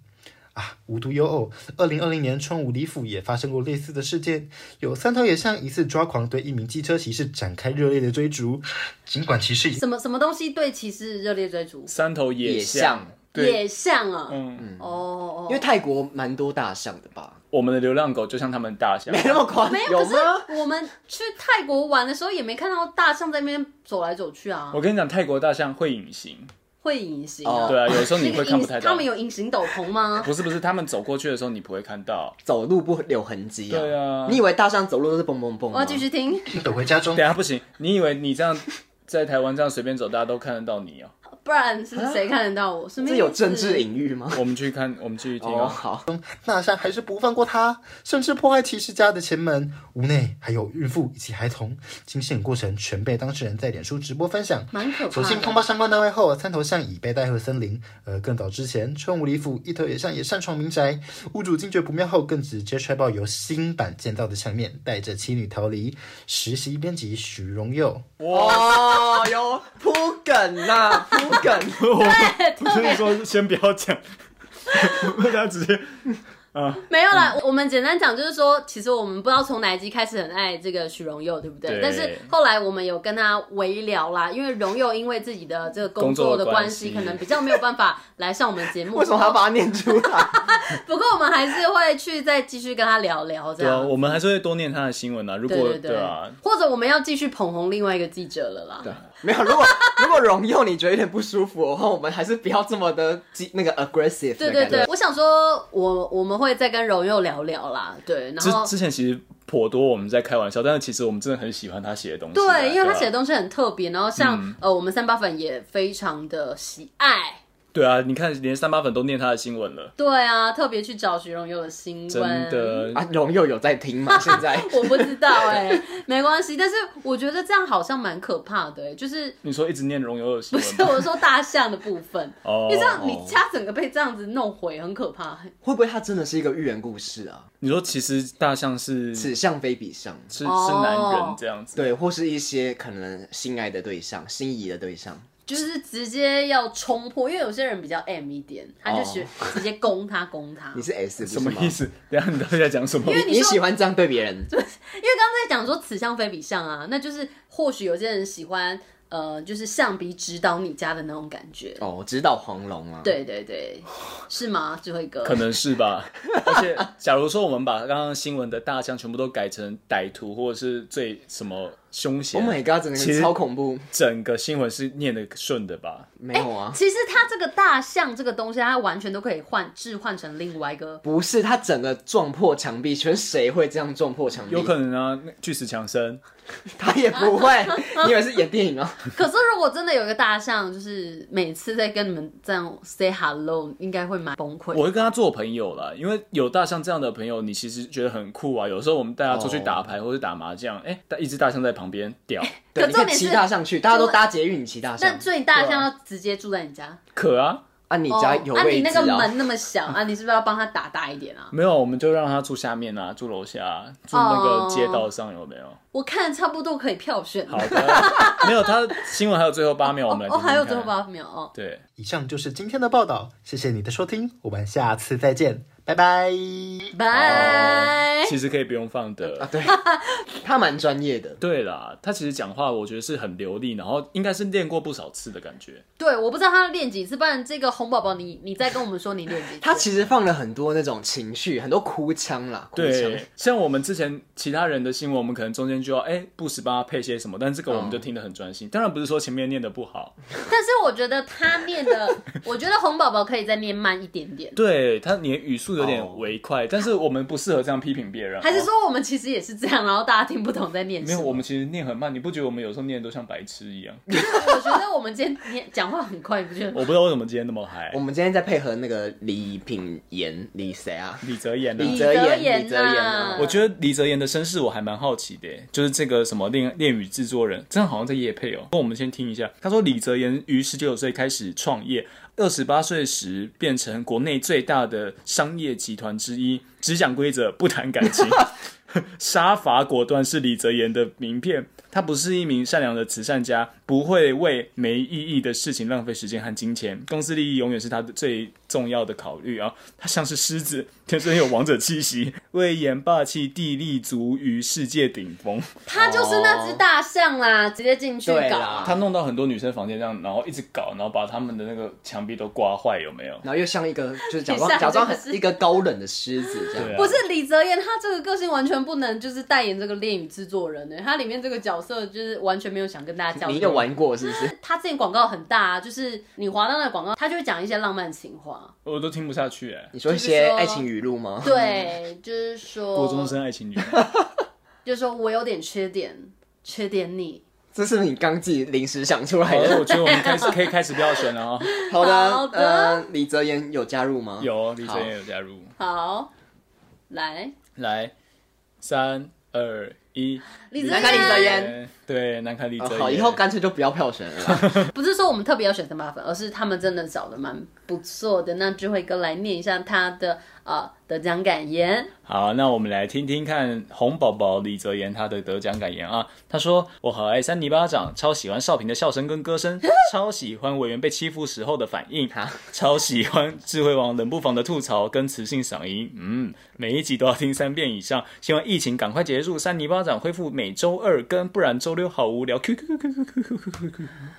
Speaker 6: 啊，无独有偶，二零二零年春武里府也发生过类似的事件，有三头野象疑似抓狂，对一名机车骑士展开热烈的追逐，尽管骑士已
Speaker 1: 什么什么东西对骑士热烈追逐？
Speaker 2: 三头野
Speaker 3: 野象，
Speaker 2: 对，
Speaker 1: 野象啊，
Speaker 2: 嗯，
Speaker 1: 哦哦
Speaker 3: 因为
Speaker 1: 哦，
Speaker 3: 泰国蛮多大象的吧？
Speaker 2: 我们的流浪狗就像他们大象
Speaker 3: 没，那么夸张，
Speaker 1: 没有，
Speaker 3: 有
Speaker 1: 可
Speaker 3: 吗？
Speaker 1: 是我们去泰国玩的时候也没看到大象在那边走来走去啊
Speaker 2: 我，跟你讲，泰国大象会隐形，
Speaker 1: 会隐形
Speaker 3: 哦
Speaker 1: 啊。
Speaker 2: 对啊，有时候
Speaker 1: 那
Speaker 2: 你
Speaker 1: 个
Speaker 2: 会看不太
Speaker 1: 隐，他
Speaker 2: 到嗯
Speaker 1: 们。有隐形斗篷吗？
Speaker 2: 不是不是，他们走过去的时候你不会看到。
Speaker 3: 走路不留痕迹啊！
Speaker 2: 对啊
Speaker 3: 你以为大象走路都是蹦蹦蹦吗？
Speaker 1: 我要继续听，
Speaker 6: 经躲回家中
Speaker 2: 等一，下不行，你以为你这样在台湾这样随便走，大家都看得到你哦？
Speaker 1: 不然是谁看得
Speaker 2: 啊
Speaker 1: 到我？是
Speaker 3: 这有政治隐喻吗？
Speaker 2: 我们去看，我们去听
Speaker 3: 哦，
Speaker 2: 哦。
Speaker 3: 好，
Speaker 6: 那山还是不放过他，甚至破坏骑士家的前门。屋内还有孕妇以及孩童，惊险过程全被当事人在脸书直播分享。
Speaker 1: 蛮可怕的
Speaker 6: 所幸通报相关单位后，三头象已被带回森林。而更早之前，春武里府一头野象也擅闯民宅，屋主惊觉不妙后，更直接踹爆由新版建造的墙面，带着妻女逃离。实习编辑许荣佑。
Speaker 3: 哦，有铺梗呐，铺梗，
Speaker 2: 哦 [LAUGHS]
Speaker 1: 啊
Speaker 2: 不是说先不要讲，大家直接
Speaker 1: 没有啦，我们简单讲就是说，其实我们不知道从哪一集开始很爱这个许荣佑，对不对？
Speaker 2: 对
Speaker 1: 但是后来我们有跟他微聊啦，因为荣佑因为自己的这个工作的关系，
Speaker 2: 工作的关系
Speaker 1: 可能比较没有办法来上我们节目。
Speaker 3: [LAUGHS] 为什么还要把它念出 [LAUGHS] 来？
Speaker 1: 不过我们还是会去再继续跟他聊聊这
Speaker 2: 对啊，
Speaker 1: 样。
Speaker 2: 我们还是会多念他的新闻啊。如
Speaker 1: 对
Speaker 2: 果
Speaker 1: 对对，
Speaker 2: 啊，
Speaker 1: 或者我们要继续捧红另外一个记者了啦。对
Speaker 3: 没有，如果如果荣佑你觉得有点不舒服的话，我们还是不要这么的激那个 aggressive
Speaker 1: 对
Speaker 3: 的感觉。
Speaker 1: 对对，我想说我，我们会再跟荣佑聊聊啦，对，然
Speaker 2: 之
Speaker 1: 后
Speaker 2: 之前其实颇多我们在开玩笑，但是其实我们真的很喜欢他写的东啊嗯西啊。
Speaker 1: 对，因为他
Speaker 2: 啊
Speaker 1: 写的东西很特别，然后像、呃，我们三八粉也非常的喜爱，
Speaker 2: 对啊，你看连三八粉都念他的新闻了，
Speaker 1: 对啊，特别去找徐荣佑的新闻，
Speaker 2: 真。的。
Speaker 1: 嗯
Speaker 3: 啊，荣佑有在听吗？现在
Speaker 1: [LAUGHS] 我不知道哎、没关系，但是我觉得这样好像蛮可怕的、欸，就是
Speaker 2: 你说一直念荣友的新
Speaker 1: 不
Speaker 2: 闻吗，
Speaker 1: 是我说大象的部分，
Speaker 2: 哦
Speaker 1: 因为这样你家整个被这样子弄毁，很可怕、欸。
Speaker 3: 会不会他真的是一个寓言故事啊？
Speaker 2: 你说其实大象是
Speaker 3: 此
Speaker 2: 是
Speaker 3: 向非彼向，
Speaker 2: 是
Speaker 1: 哦
Speaker 2: 男人这样子，
Speaker 3: 对，或是一些可能心爱的对象、心仪的对象。
Speaker 1: 就是直接要冲破，因为有些人比较 M 一点，他就学、
Speaker 2: 哦
Speaker 1: [LAUGHS] 直接攻他
Speaker 2: [LAUGHS]
Speaker 1: 攻他。
Speaker 3: 你是 S 不哦是
Speaker 2: 什么
Speaker 3: 吗
Speaker 2: 意？思？等一下你到底在讲什么？
Speaker 1: 为你
Speaker 3: 你
Speaker 1: 说
Speaker 3: 喜欢这样对别人？
Speaker 1: 因为刚刚在讲说此相非彼相啊，那就是或许有些人喜欢呃，就是象鼻指导你家的那种感觉。
Speaker 3: 哦，指导黄龙啊。，
Speaker 1: 对对对，是吗？智慧哥，
Speaker 2: 可能是
Speaker 3: [LAUGHS]
Speaker 2: 吧。而且，假如说我们把刚刚新闻的大象全部都改成歹徒或者是最什么凶险
Speaker 3: Oh my god，整个
Speaker 2: 其实
Speaker 3: 人超恐怖。
Speaker 2: 整个新闻是念的顺的吧？
Speaker 3: 没有啊，
Speaker 1: 其实它这个大象这个东西，它完全都可以换置换成另外一个。
Speaker 2: [LAUGHS]
Speaker 3: 不是他整个撞破墙壁，全谁会这样撞破墙壁？
Speaker 2: 有可能啊，那巨石强森
Speaker 3: 他也不会。你以为是演电影啊？
Speaker 1: 可是如果真的有一个大象，就是每次在跟你们这样 say hello，应该会蛮崩溃。
Speaker 2: 我会跟他做朋友啦，因为有大象这样的朋友，你其实觉得很酷啊。有时候我们带他出去
Speaker 3: 哦
Speaker 2: 打牌或者打麻将，哎、但一只大象在旁边
Speaker 3: [LAUGHS]
Speaker 2: 屌，
Speaker 1: 可
Speaker 3: 对，你可
Speaker 1: 重
Speaker 3: 以
Speaker 1: 点是
Speaker 3: 骑大象去，大家都搭捷运，你骑大
Speaker 1: 那
Speaker 3: 象。
Speaker 1: 最
Speaker 2: 啊
Speaker 1: 大象要直接住在你家，
Speaker 2: 可啊，
Speaker 3: 啊，你家有
Speaker 1: 哦、啊，你
Speaker 3: 位
Speaker 1: 那
Speaker 3: 置
Speaker 1: 个门那么小啊，你是不是要帮他打大一点啊？
Speaker 2: 没有，我们就让他住下面啊，住楼下、啊，住那个街道上有没有？
Speaker 1: 我看差不多可以票选了
Speaker 2: 好。
Speaker 1: [LAUGHS]
Speaker 2: 的，没有，他新闻还有最后八秒，我们来
Speaker 1: 哦，
Speaker 2: 听听
Speaker 1: 还有
Speaker 2: 看
Speaker 1: 最后，八秒哦，
Speaker 2: 对，
Speaker 6: 以上就是今天的报道，谢谢你的收听，我们下次再见，拜拜。
Speaker 1: 拜。
Speaker 2: 其实可以不用放的
Speaker 3: 啊，。对，他蛮专业的。
Speaker 2: 对啦，他其实讲话我觉得是很流利，然后应该是练过不少次的感觉。
Speaker 1: 对，我不知道他练几次，不然这个红宝宝你，你再跟我们说你练几次。
Speaker 3: 他其实放了很多那种情绪，很多哭腔啦，哭腔
Speaker 2: 对，像我们之前其他人的新闻，我们可能中间就要哎不时帮他配些什么，但这个我们就听得很
Speaker 1: 哦
Speaker 2: 专心。当然不是说前面念的不好，
Speaker 1: 但是我觉得他念的， [LAUGHS] 我觉得红宝宝可以再念慢一点点。
Speaker 2: 对他你的语速有点
Speaker 3: 哦
Speaker 2: 微快，但是我们不适合这样批评别人。
Speaker 1: 还是
Speaker 2: 哦
Speaker 1: 说我们其实也是这样，然后大家听不懂在念
Speaker 2: 没
Speaker 1: 什
Speaker 2: 有？
Speaker 1: 么？
Speaker 2: 我们其实念很慢，你不觉得我们有时候念的都像白痴一
Speaker 1: [LAUGHS]
Speaker 2: 样？
Speaker 1: 我觉得我们今天念讲话很快，你不觉得吗？
Speaker 2: 我不知道为什么今天那么嗨
Speaker 3: 我。们今天在配合那个李品言，李谁啊？
Speaker 2: 李泽言呢？
Speaker 3: 李
Speaker 1: 泽
Speaker 3: 泽
Speaker 1: 言
Speaker 3: 言，李泽言
Speaker 1: 呐
Speaker 3: 啊！
Speaker 2: 我觉得李泽言的身世我还蛮好奇的，就是这个什么恋恋与制作人，真的好像在夜配哦。那我们先听一下，他说李泽言于十九岁开始创业，二十八岁时变成国内最大的商业集团之一，只讲规则不谈感情。杀伐果断是李泽言的名片。他不是一名善良的慈善家，不会为没意义的事情浪费时间和金钱。公司利益永远是他的最重要的考虑啊！他像是狮子，天生有王者气息，威严霸气，地立足于世界顶峰。
Speaker 1: 他就是那只大象啦，直接进去
Speaker 3: 对
Speaker 1: 搞
Speaker 3: 啦
Speaker 1: 啊。
Speaker 2: 他弄到很多女生房间这样，然后一直搞，然后把他们的那个墙壁都刮坏，有没有？
Speaker 3: 然后又像一个就是假
Speaker 1: 你上
Speaker 3: 装假装
Speaker 1: 真的是
Speaker 3: 很一个高冷的狮子这
Speaker 2: 对
Speaker 3: 样。
Speaker 2: 啊
Speaker 1: 不是李泽言，他这个个性完全不能就是代言这个恋与制作人呢、他里面这个角色就是完全没有想跟大家交
Speaker 3: 你
Speaker 1: 流。
Speaker 3: 有玩过是不是？
Speaker 1: 他之前广告很大、啊，就是你滑到那个广告，他就会讲一些浪漫情话。
Speaker 2: 我都听不下去哎、
Speaker 3: 你说一些爱情语录吗？
Speaker 1: 对，[LAUGHS]
Speaker 3: 嗯
Speaker 1: 就是说，
Speaker 2: 国中生爱情女，
Speaker 1: 就是说我有点缺点，缺点你。
Speaker 3: 这是你刚自己临时想出来
Speaker 2: 好了，
Speaker 3: 的。
Speaker 2: 哎我觉得我们开始可以开始票选了啊、
Speaker 3: 好
Speaker 1: 好的
Speaker 3: 的，呃，李泽言有加入吗？。
Speaker 2: 有李泽言有加入，
Speaker 1: 好，来，
Speaker 2: 来，三二一。
Speaker 1: 李泽
Speaker 3: 来看李泽言
Speaker 1: 言，
Speaker 2: 对对，南凯李泽
Speaker 3: 哦
Speaker 2: 言、
Speaker 3: 好，以后干脆就不要票选了啦。
Speaker 1: 不是说我们特别要选三八粉，而是他们真的找的蛮不不错的。那智慧哥来念一下他的呃得奖感言。
Speaker 2: 好，那我们来听听看红宝宝李泽言他的得奖感言啊。他说：“我好爱三泥巴掌，超喜欢少平的笑声跟歌声，超喜欢委员被欺负时候的反应，超喜欢智慧王冷不防的吐槽跟磁性嗓音。嗯，每一集都要听三遍以上。希望疫情赶快结束，三泥巴掌恢复每周二更，不然周六好无聊。Q Q Q Q Q Q Q Q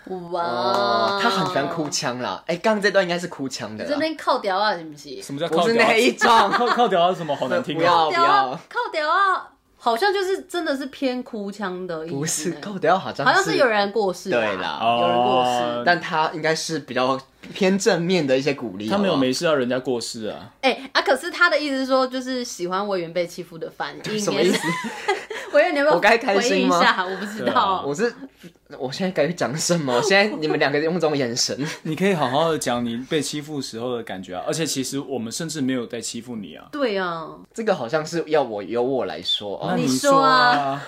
Speaker 2: Q。
Speaker 1: 哇，
Speaker 3: 哦，他很喜欢哭，腔
Speaker 1: 哦
Speaker 3: 啦。哎，刚刚这段应该是哭腔的啦，
Speaker 1: 这边靠屌啊，行不行？
Speaker 2: 什么叫
Speaker 3: 不
Speaker 2: 靠
Speaker 3: 是
Speaker 2: 屌啊
Speaker 3: 那？一
Speaker 2: [LAUGHS]
Speaker 3: 种。
Speaker 2: 靠靠屌啊？什么好难听
Speaker 3: 不
Speaker 2: 啊？
Speaker 3: 要
Speaker 1: 靠屌啊，靠屌啊，好像就是真的是偏哭腔的意思。欸
Speaker 3: 不是高德耀，好像
Speaker 1: 好像是有人过世吧，
Speaker 3: 对啦
Speaker 1: 有人过
Speaker 2: 哦
Speaker 1: 世。
Speaker 3: 但他应该是比较偏正面的一些鼓励。
Speaker 2: 他没有
Speaker 3: 好不好
Speaker 2: 没事啊，人家过世啊。”
Speaker 1: 哎、啊，可是他的意思是说，就是喜欢委员被欺负的
Speaker 3: [LAUGHS]
Speaker 1: 反应，
Speaker 3: 什
Speaker 2: [LAUGHS]
Speaker 3: 么
Speaker 1: [LAUGHS]
Speaker 3: 意思？
Speaker 1: 委员，你要不要
Speaker 3: 我该开心
Speaker 1: 回应
Speaker 3: 吗
Speaker 1: 一下？我不知
Speaker 2: 对啊
Speaker 1: 道。
Speaker 3: 我是我现在该讲
Speaker 2: [LAUGHS]
Speaker 3: 什么？现在你们两个用这种眼神，
Speaker 2: 你可以好好的讲你被欺负时候的感觉啊，而且其实我们甚至没有在欺负你啊。
Speaker 1: 对啊，
Speaker 3: 这个好像是要我由我来说
Speaker 2: 那
Speaker 3: 哦。
Speaker 1: 你
Speaker 2: 说啊，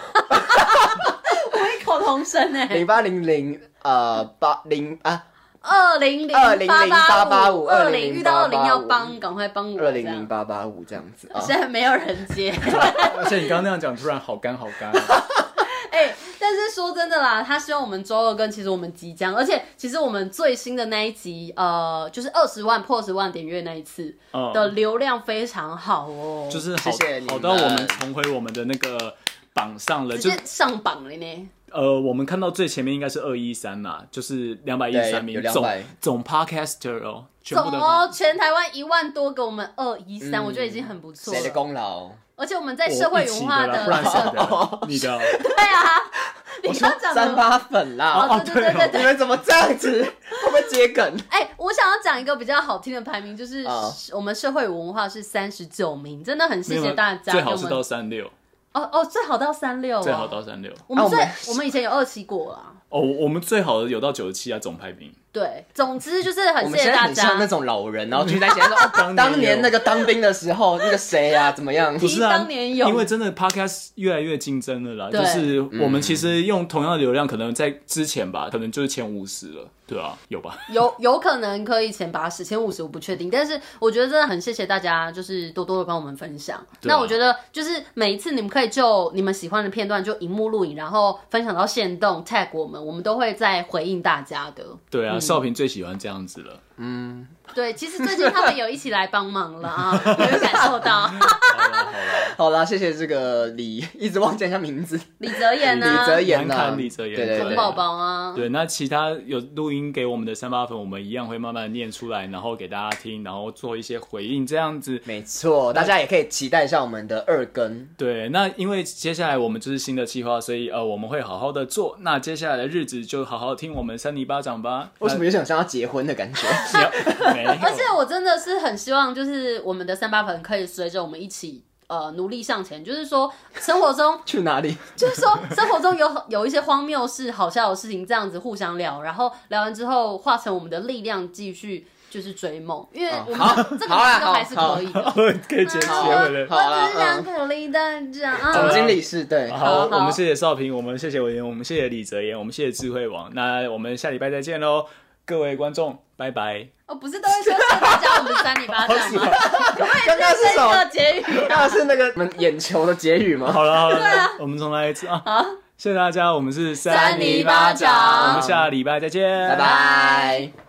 Speaker 1: 异口同声哎、
Speaker 3: 零八零零呃八零啊
Speaker 1: 二零零
Speaker 3: 2008855
Speaker 1: 二零遇到二零
Speaker 3: 2008855
Speaker 1: 要帮，赶快帮我。
Speaker 3: 二零零，八八五这样子啊，
Speaker 1: 现在没有人接。
Speaker 2: 啊 [LAUGHS] 而且你刚刚那样讲，突然好干好干、啊。
Speaker 1: [LAUGHS] 哎、但是说真的啦，他希望我们周二更，其实我们即将，而且其实我们最新的那一集，呃，就是二十万破十万点阅那一次
Speaker 2: 嗯
Speaker 1: 的流量非常好哦，
Speaker 2: 就是好
Speaker 3: 谢谢你们
Speaker 2: 好到我们重回我们的那个榜上了，
Speaker 1: 直
Speaker 2: 就
Speaker 1: 接上榜了呢。
Speaker 2: 呃，我们看到最前面应该是二一三嘛，就是两百一十三名
Speaker 3: 对有
Speaker 2: 总
Speaker 3: 200
Speaker 2: 总 podcaster 哦，全
Speaker 1: 怎
Speaker 2: 部的
Speaker 1: 么
Speaker 2: pod-
Speaker 1: 全台湾一万多个，我们二一三，我觉得已经很不错
Speaker 3: 谁的
Speaker 1: 了。
Speaker 3: 功劳？
Speaker 1: 而且我们在社会
Speaker 2: 我一起
Speaker 1: 文
Speaker 2: 的
Speaker 1: 化
Speaker 2: 啦，不然谁的？你的哦
Speaker 1: 对啊， [LAUGHS] 你
Speaker 3: 我说
Speaker 1: 刚讲
Speaker 3: 三
Speaker 1: 的。
Speaker 3: 八粉啦，
Speaker 1: 哦，对对对对
Speaker 3: 你
Speaker 1: 对，
Speaker 3: 们怎么这样 [LAUGHS] 子？会不会接梗？
Speaker 1: 哎、我想要讲一个比较好听的排名，就是
Speaker 3: 啊
Speaker 1: 我们社会文化是三十九名，真的很谢
Speaker 2: 没
Speaker 1: 谢
Speaker 2: 有
Speaker 1: 大家。
Speaker 2: 最好是
Speaker 1: 给我
Speaker 2: 到
Speaker 1: 们
Speaker 2: 三六，
Speaker 1: 哦哦，最好到三六、哦，
Speaker 2: 最好到三六。
Speaker 1: 我们最、
Speaker 3: 啊
Speaker 1: 我们以前有二期过啊，
Speaker 2: 哦，我们最好的有到九十七啊，总排名。
Speaker 1: 对，总之就是
Speaker 3: 我
Speaker 1: 很谢
Speaker 3: 们现
Speaker 1: 谢
Speaker 3: 在
Speaker 1: 大
Speaker 3: 很像那
Speaker 1: 家。
Speaker 3: 种老人，然后聚在一起说
Speaker 2: 当年有
Speaker 3: [LAUGHS] 哦当年那个当兵的时候，那个谁呀，怎么样？
Speaker 2: 不是啊，
Speaker 1: 提当年有
Speaker 2: 因为真的 podcast 越来越竞争了啦。
Speaker 1: 对
Speaker 2: 就是我们其实用同样的流量，可能在之前吧，可能就是前五十了，对啊，有吧？ [LAUGHS]
Speaker 1: 有有可能可以前八十、前五十，我不确定。但是我觉得真的很谢谢大家，就是多多的帮我们分享。
Speaker 2: 对啊
Speaker 1: 那我觉得就是每一次你们可以就你们喜欢的片段就荧幕录影，然后分享到线动 tag 我们，我们都会再回应大家的。
Speaker 2: 对啊，少平最喜欢这样子了。
Speaker 1: 对，其实最近他们有一起来帮忙了 [LAUGHS] 啊，我有感受到。
Speaker 2: 好啦好啦，
Speaker 3: 好啦，谢谢这个李，一直忘记人家名字，
Speaker 1: 李泽言呢、
Speaker 3: 李
Speaker 1: 啊？
Speaker 3: 泽言
Speaker 2: 难
Speaker 3: 呐，
Speaker 2: 堪李泽言
Speaker 3: 对对
Speaker 2: 红
Speaker 1: 红
Speaker 3: 对，
Speaker 1: 宝宝啊，
Speaker 2: 对，那其他有录音给我们的三八粉，我们一样会慢慢念出来，然后给大家听，然后做一些回应，这样子。
Speaker 3: 没错，大家也可以期待一下我们的二更。
Speaker 2: 对，那因为接下来我们就是新的计划，所以呃，我们会好好的做。那接下来的日子就好好听我们三泥巴掌吧。
Speaker 3: 为什么有想像要结婚的感觉？
Speaker 2: 那？ [LAUGHS] 没有。
Speaker 1: 而且我真的是很希望，就是我们的三八粉可以随着我们一起。呃，努力向前，就是说生活中， [LAUGHS]
Speaker 3: 去哪里？
Speaker 1: 就是说生活中有有一些荒谬事、好笑的事情，这样子互相聊，然后聊完之后化成我们的力量，继续就是追梦，因为我们、这个
Speaker 3: 好啦
Speaker 1: 目标还是
Speaker 3: 好啊
Speaker 1: 可以的。
Speaker 2: [LAUGHS] 可以结结尾了。
Speaker 1: 我只是想鼓励大家
Speaker 3: 总
Speaker 1: 啊，
Speaker 3: 经理是对，
Speaker 2: 啊好，
Speaker 1: 好好
Speaker 2: 我们谢谢少平，我们谢谢委员，我们谢谢李泽言，我们谢谢智慧王。那我们下礼拜再见喽，各位观众，拜拜。
Speaker 1: 我哦不是都会说谢谢大家，我们三里八掌
Speaker 3: [LAUGHS]
Speaker 1: 吗？
Speaker 3: 刚刚是什
Speaker 1: 这
Speaker 3: 么
Speaker 1: 个？结语。
Speaker 3: 刚刚是那个我们眼球的结语吗？
Speaker 2: 好了好了，我们重来一次啊！好，谢谢大家，我们是
Speaker 1: 三
Speaker 2: 泥
Speaker 1: 泥巴掌
Speaker 2: 我们下礼拜再见，
Speaker 3: 拜。拜。